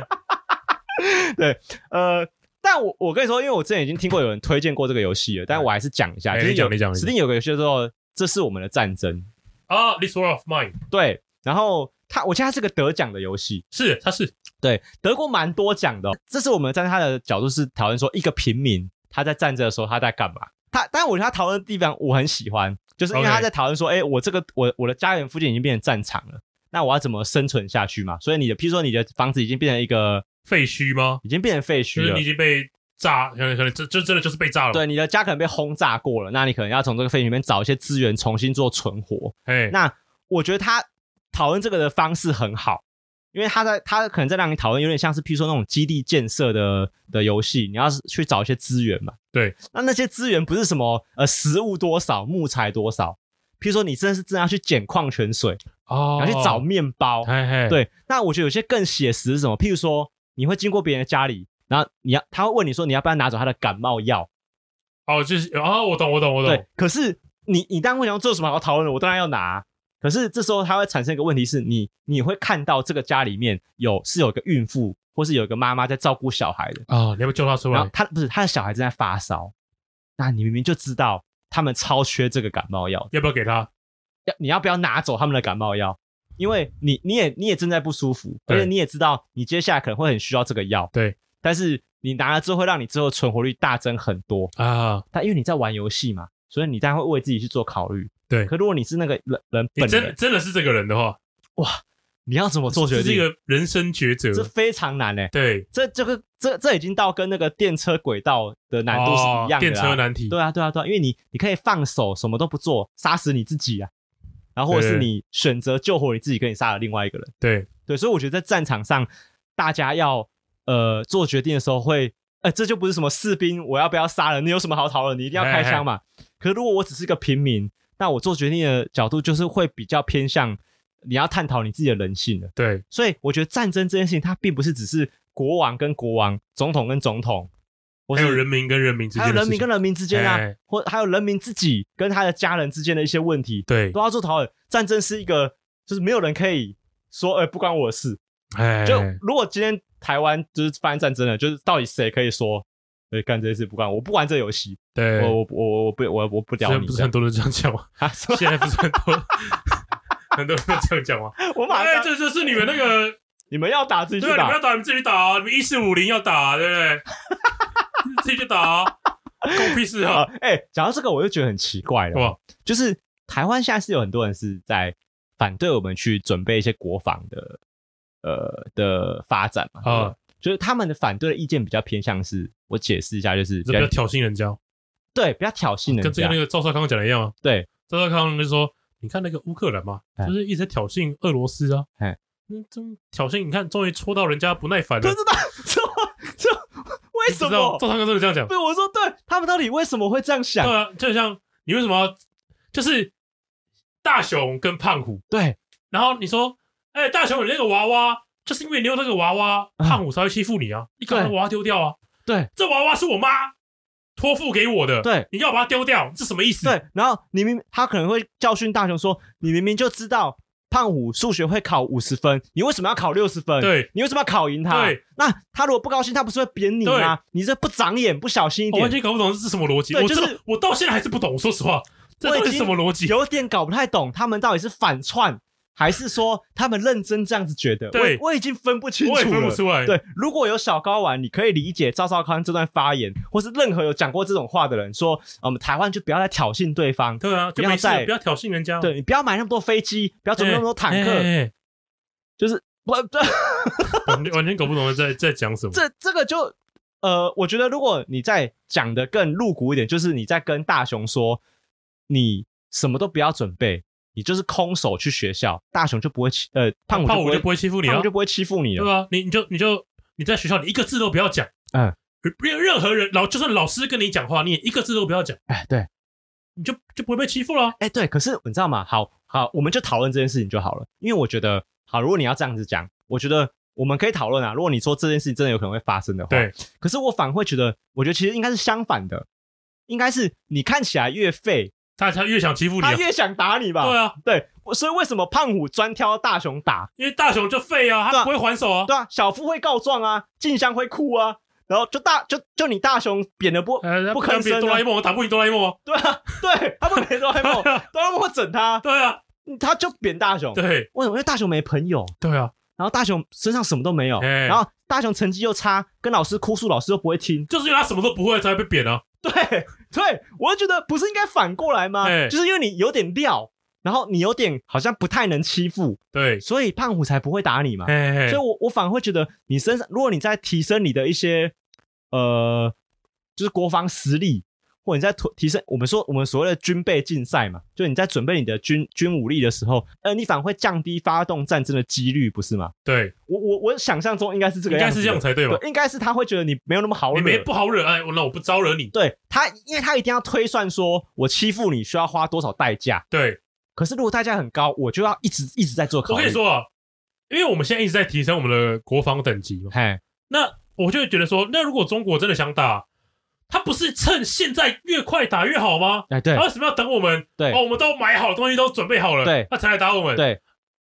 Speaker 2: 呃，但我我跟你说，因为我之前已经听过有人推荐过这个游戏了，但我还是讲一下。
Speaker 1: 哎
Speaker 2: 就是
Speaker 1: 你讲
Speaker 2: 有
Speaker 1: 你讲你讲
Speaker 2: ，Steam 有个游戏叫做《这是我们的战争
Speaker 1: 哦，This War of Mine》，
Speaker 2: 对，然后它我记得它是个得奖的游戏，
Speaker 1: 是他是
Speaker 2: 对，得过蛮多奖的哦、这是我们站在他的角度是讨论说，一个平民他在战争的时候他在干嘛？他，但我觉得他讨论的地方我很喜欢，就是因为
Speaker 1: OK
Speaker 2: 他在讨论说，哎、我这个我我的家园附近已经变成战场了，那我要怎么生存下去嘛？所以你的，譬如说你的房子已经变成一个，
Speaker 1: 废墟吗？
Speaker 2: 已经变成废
Speaker 1: 就
Speaker 2: 墟
Speaker 1: 是
Speaker 2: 了
Speaker 1: 你已。经被炸，可能可能这就真的就是被炸了。
Speaker 2: 对，你的家可能被轰炸过了，那你可能要从这个废墟里面找一些资源重新做存活。
Speaker 1: 哎，
Speaker 2: 那我觉得他讨论这个的方式很好，因为他在他可能在让你讨论，有点像是譬如说那种基地建设的的游戏，你要是去找一些资源嘛。
Speaker 1: 对，
Speaker 2: 那那些资源不是什么呃食物多少、木材多少，譬如说你真的是真的要去捡矿泉水，
Speaker 1: 哦
Speaker 2: 然后去找面包。
Speaker 1: 嘿嘿，
Speaker 2: 对，那我觉得有些更写实是什么？譬如说你会经过别人的家里，然后你要他会问你说你要不要拿走他的感冒药。
Speaker 1: 哦，就是哦，我懂，我懂，我
Speaker 2: 对
Speaker 1: 懂，，
Speaker 2: 可是你你当然会想说这有什么好讨论的，我当然要拿。可是这时候它会产生一个问题是，你你会看到这个家里面有是有一个孕妇或是有一个妈妈在照顾小孩的，
Speaker 1: 啊，你要不要救他出
Speaker 2: 然后
Speaker 1: 来？
Speaker 2: 她不是她的小孩正在发烧，那你明明就知道他们超缺这个感冒药，
Speaker 1: 要不要给他？
Speaker 2: 要你要不要拿走他们的感冒药？因为你你也你也正在不舒服，而
Speaker 1: 对
Speaker 2: 且你也知道你接下来可能会很需要这个药，
Speaker 1: 对，
Speaker 2: 但是你拿了之后会让你之后存活率大增很多，
Speaker 1: 啊，
Speaker 2: 但因为你在玩游戏嘛，所以你当然会为自己去做考虑。
Speaker 1: 对
Speaker 2: 可如果你是那个人人
Speaker 1: 你
Speaker 2: 本
Speaker 1: 欸真
Speaker 2: 人，
Speaker 1: 真的是这个人的话，
Speaker 2: 你要怎么做决
Speaker 1: 这是一
Speaker 2: 定？
Speaker 1: 个人生抉
Speaker 2: 这
Speaker 1: 择。
Speaker 2: 非常难嘞、
Speaker 1: 对，
Speaker 2: 这这个这这已经到跟那个电车轨道的难度是一样的、
Speaker 1: 哦电车。难题。
Speaker 2: 对啊，对啊，对啊，因为你你可以放手，什么都不做，杀死你自己啊，然后或者是
Speaker 1: 对
Speaker 2: 你选择救活你自己，跟你杀了另外一个人。
Speaker 1: 对，
Speaker 2: 对，所以我觉得在战场上，大家要呃做决定的时候会，呃，这就不是什么士兵我要不要杀人，你有什么好讨论？你一定要开枪嘛。可是如果我只是个平民，那我做决定的角度就是会比较偏向你要探讨你自己的人性的。
Speaker 1: 对，
Speaker 2: 所以我觉得战争这件事情，它并不是只是国王跟国王、总统跟总统，或
Speaker 1: 还
Speaker 2: 是
Speaker 1: 有人民跟人民之间
Speaker 2: 还
Speaker 1: 的
Speaker 2: 有
Speaker 1: 事情，
Speaker 2: 人民跟人民之间啊
Speaker 1: 哎，
Speaker 2: 或还有人民自己跟他的家人之间的一些问题，
Speaker 1: 对
Speaker 2: 都，要做讨论。战争是一个，就是没有人可以说，呃，不关我的事。
Speaker 1: 哎，
Speaker 2: 就如果今天台湾就是发生战争了，就是到底谁可以说，呃，干这些事不关我，我不玩这游戏，
Speaker 1: 对，
Speaker 2: 我我我我不我我不
Speaker 1: 现
Speaker 2: 屌
Speaker 1: 在
Speaker 2: 你
Speaker 1: 不
Speaker 2: 这
Speaker 1: 是
Speaker 2: 样
Speaker 1: 很多人这样讲 吗？
Speaker 2: 啊！是吗
Speaker 1: 现在不是很多很多人都这样讲吗？
Speaker 2: 我 马
Speaker 1: 哎，
Speaker 2: 上
Speaker 1: 这就是你们那个
Speaker 2: 你们要打自己
Speaker 1: 对
Speaker 2: 去
Speaker 1: 啊，你们
Speaker 2: 打
Speaker 1: 要打你们自己打啊，你们一四五零要打啊，对不对？自己去打啊，关我屁事啊！
Speaker 2: 啊，哎、讲到这个，我就觉得很奇怪
Speaker 1: 什么
Speaker 2: 了，哦就是台湾现在是有很多人是在反对我们去准备一些国防的呃的发展嘛，
Speaker 1: 啊
Speaker 2: 对吧就是他们的反对的意见比较偏向是，我解释一下，就是
Speaker 1: 这不
Speaker 2: 比较
Speaker 1: 要挑衅人家，哦
Speaker 2: 对比较挑衅人
Speaker 1: 跟之前
Speaker 2: 家
Speaker 1: 那，个赵少康讲的一样啊。
Speaker 2: 对，
Speaker 1: 赵少康就说：“你看那个乌克兰嘛，
Speaker 2: 哎
Speaker 1: 就是一直在挑衅俄罗斯啊，
Speaker 2: 哎
Speaker 1: 嗯，这么挑衅，你看终于戳到人家不耐烦了啊
Speaker 2: 不知。道 这这为
Speaker 1: 你知
Speaker 2: 什
Speaker 1: 道
Speaker 2: 么
Speaker 1: 赵？少康真的这样讲，
Speaker 2: 对，我说对他们到底为什么会这样想
Speaker 1: 对？啊，就很像你为什么要就是大雄跟胖虎，
Speaker 2: 对
Speaker 1: 然后你说，哎、大雄有那个娃娃，就是因为你有那个娃娃，
Speaker 2: 啊
Speaker 1: 胖虎才会欺负你啊，你搞那
Speaker 2: 对
Speaker 1: 娃娃丢掉啊，
Speaker 2: 对
Speaker 1: 这娃娃是我妈托付给我的，
Speaker 2: 对
Speaker 1: 你要把它丢掉，这什么意思？
Speaker 2: 对，然后你明他可能会教训大雄说，你明明就知道胖虎数学会考五十分，你为什么要考六十分？
Speaker 1: 对
Speaker 2: 你为什么要考赢他？
Speaker 1: 对，
Speaker 2: 那他如果不高兴，他不是会扁你吗？你这不长眼，不小心一
Speaker 1: 我完
Speaker 2: 点，
Speaker 1: 全搞不懂这是什么逻辑，
Speaker 2: 对
Speaker 1: 我
Speaker 2: 就
Speaker 1: 这
Speaker 2: 是
Speaker 1: 我到现在还是不懂，我说实话，这
Speaker 2: 我已
Speaker 1: 到底是
Speaker 2: 经
Speaker 1: 什么逻辑？
Speaker 2: 有点搞不太懂他们到底是反串，还是说他们认真这样子觉得？
Speaker 1: 对
Speaker 2: 我我已经分不清楚
Speaker 1: 我
Speaker 2: 了。
Speaker 1: 也分不出来。
Speaker 2: 对，如果有小高玩，你可以理解赵少康这段发言，或是任何有讲过这种话的人说，我们台湾就不要来挑衅对啊方，
Speaker 1: 对啊，就
Speaker 2: 不要
Speaker 1: 没事了，
Speaker 2: 再
Speaker 1: 不要挑衅人家。
Speaker 2: 对你不要买那么多飞机，不要
Speaker 1: 哎，
Speaker 2: 准备那么多坦克，
Speaker 1: 哎哎
Speaker 2: 就是 我这
Speaker 1: 哎完全完全搞不懂在在讲什么。
Speaker 2: 这这个就呃，我觉得如果你再讲的更露骨一点，就是你在跟大雄说你什么都不要准备，你就是空手去学校，大雄就不会欺呃胖虎
Speaker 1: 胖虎就
Speaker 2: 不
Speaker 1: 不
Speaker 2: 会
Speaker 1: 会欺负你
Speaker 2: 胖
Speaker 1: 啊
Speaker 2: 虎就，不会欺负你
Speaker 1: 对
Speaker 2: 了，
Speaker 1: 吧？你你就你就你在学校，你一个字都不要讲。
Speaker 2: 嗯，
Speaker 1: 任任何人老就算老师跟你讲话，你也一个字都不要讲，
Speaker 2: 哎对，
Speaker 1: 你就就不会被欺负了。
Speaker 2: 哎对，可是你知道吗？好好，我们就讨论这件事情就好了，因为我觉得好，如果你要这样子讲，我觉得我们可以讨论啊。如果你说这件事情真的有可能会发生的话，
Speaker 1: 对，
Speaker 2: 可是我反而会觉得，我觉得其实应该是相反的，应该是你看起来越废，
Speaker 1: 大家越想欺负你
Speaker 2: 他
Speaker 1: 啊，
Speaker 2: 越想打你吧？
Speaker 1: 对啊，
Speaker 2: 对，我所以为什么胖虎专挑大雄打？
Speaker 1: 因为大雄就废啊，
Speaker 2: 对
Speaker 1: 他
Speaker 2: 啊
Speaker 1: 不会还手啊。
Speaker 2: 对啊，小夫会告状啊，静香会哭啊，然后就大就就你大雄扁的不、
Speaker 1: 呃，他
Speaker 2: 不
Speaker 1: 可
Speaker 2: 吭
Speaker 1: 能比
Speaker 2: 声
Speaker 1: 哆啦
Speaker 2: 啊、
Speaker 1: A 梦，我打不赢哆啦 A 梦啊。
Speaker 2: 对啊，对，他不扁哆 啦 A 梦，哆啦 A 梦会整他，
Speaker 1: 对啊，
Speaker 2: 他就扁大雄。
Speaker 1: 对
Speaker 2: 为什么？因为大雄没朋友，
Speaker 1: 对啊，
Speaker 2: 然后大雄身上什么都没有，
Speaker 1: 哎
Speaker 2: 然后大雄成绩又差，跟老师哭诉，老师又不会听。
Speaker 1: 就是因为他什么都不会，才会被贬啊。
Speaker 2: 对对，我就觉得不是应该反过来吗？
Speaker 1: 哎
Speaker 2: 就是因为你有点料，然后你有点好像不太能欺负，
Speaker 1: 对，
Speaker 2: 所以胖虎才不会打你嘛。
Speaker 1: 哎，
Speaker 2: 啊所以我我反而会觉得，你身上如果你在提升你的一些呃，就是国防实力，或者你在推提升我们说我们所谓的军备竞赛嘛，就你在准备你的军军武力的时候，呃，你反而会降低发动战争的几率，不是吗？
Speaker 1: 对，
Speaker 2: 我我我想象中应该是这个
Speaker 1: 应该
Speaker 2: 样
Speaker 1: 是
Speaker 2: 子的，
Speaker 1: 这样才对吧？
Speaker 2: 对，应该是他会觉得你没有那么好
Speaker 1: 你没
Speaker 2: 惹。
Speaker 1: 不好惹，哎，那我不招惹你。
Speaker 2: 对他，因为他一定要推算说，我欺负你需要花多少代价。
Speaker 1: 对，
Speaker 2: 可是如果代价很高，我就要一直一直在做考
Speaker 1: 我
Speaker 2: 虑。
Speaker 1: 跟你，说啊，因为我们现在一直在提升我们的国防等级嘛，
Speaker 2: 嘿，
Speaker 1: 那我就会觉得说，那如果中国真的想打，他不是趁现在越快打越好吗？
Speaker 2: 哎，对
Speaker 1: 他为什么要等我们？
Speaker 2: 对
Speaker 1: 哦哦，我们都买好东西，都准备好了，
Speaker 2: 对
Speaker 1: 他才来打我们，，
Speaker 2: 对，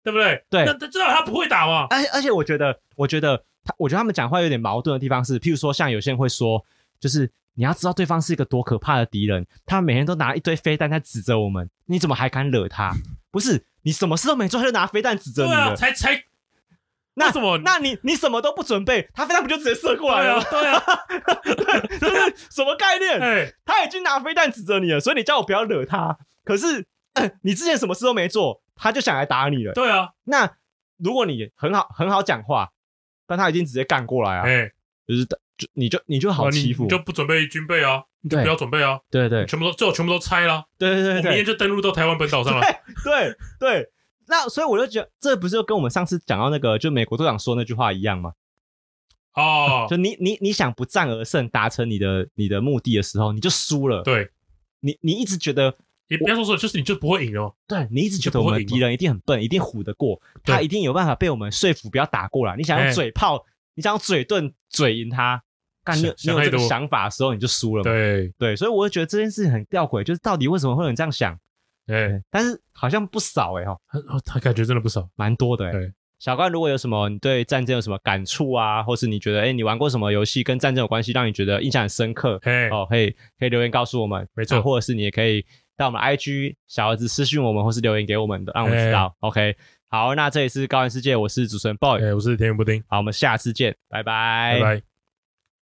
Speaker 1: 对不对？
Speaker 2: 对
Speaker 1: 那他知道他不会打嘛？
Speaker 2: 而且而且我觉得，我觉得他，我觉得他们讲话有点矛盾的地方是，譬如说，像有些人会说，就是你要知道对方是一个多可怕的敌人，他每天都拿一堆飞弹在指着我们，你怎么还敢惹他？不是你什么事都没做，他就拿飞弹指着
Speaker 1: 对
Speaker 2: 你了，
Speaker 1: 啊，才才
Speaker 2: 那
Speaker 1: 为什么
Speaker 2: 那你你什么都不准备，他飞弹不就直接射过来了吗？
Speaker 1: 对啊，
Speaker 2: 什么概念？
Speaker 1: 哎，
Speaker 2: 他已经拿飞弹指着你了，所以你叫我不要惹他。可是、 呃你之前什么事都没做，他就想来打你了。
Speaker 1: 对啊，
Speaker 2: 那如果你很好很好讲话，但他已经直接干过来啊，
Speaker 1: 哎，
Speaker 2: 就是他就你就你就好
Speaker 1: 啊你
Speaker 2: 欺负
Speaker 1: 你，就不准备军备啊，你就
Speaker 2: 对
Speaker 1: 不要准备啊，
Speaker 2: 对对
Speaker 1: 全部都最后全部都拆了，
Speaker 2: 对
Speaker 1: 我
Speaker 2: 对对
Speaker 1: 明天
Speaker 2: 对
Speaker 1: 就登陆到台湾本岛上了。
Speaker 2: 对对。那所以我就觉得，这不是跟我们上次讲到那个，就美国队长说那句话一样吗？
Speaker 1: 哦，
Speaker 2: 就你你你想不战而胜，达成你的你的目的的时候，你就输了。
Speaker 1: 对，
Speaker 2: 你你一直觉得
Speaker 1: 也不要说说，就是你就不会赢哦。
Speaker 2: 对你一直觉得
Speaker 1: 就不
Speaker 2: 我
Speaker 1: 会
Speaker 2: 们的
Speaker 1: 赢
Speaker 2: 敌人一定很笨，一定唬得过，他
Speaker 1: 对
Speaker 2: 一定有办法被我们说服，不要打过来。你想用
Speaker 1: 哎
Speaker 2: 嘴炮，你想用嘴遁嘴赢他，干你有你
Speaker 1: 想
Speaker 2: 有这
Speaker 1: 太
Speaker 2: 个
Speaker 1: 多
Speaker 2: 想法的时候，你就输了嘛。
Speaker 1: 对，
Speaker 2: 对，所以我就觉得这件事情很吊诡，就是到底为什么会有人这样想？
Speaker 1: 哎，
Speaker 2: 对，但是好像不少哎、欸、哈，
Speaker 1: 他哦他感觉真的不少。
Speaker 2: 蛮多的哎、
Speaker 1: 对
Speaker 2: 小关，如果有什么你对战争有什么感触啊，或是你觉得哎、你玩过什么游戏跟战争有关系，让你觉得印象很深刻，
Speaker 1: 哎，
Speaker 2: 哦，可以可以留言告诉我们，
Speaker 1: 没错
Speaker 2: 啊或者是你也可以到我们 IG 小儿子私讯我们，或是留言给我们的，让我们知道。OK，好，那这里是高玩世界，我是主持人 boy，
Speaker 1: 哎，我是田园布丁，
Speaker 2: 好，我们下次见，拜拜
Speaker 1: 哎拜拜。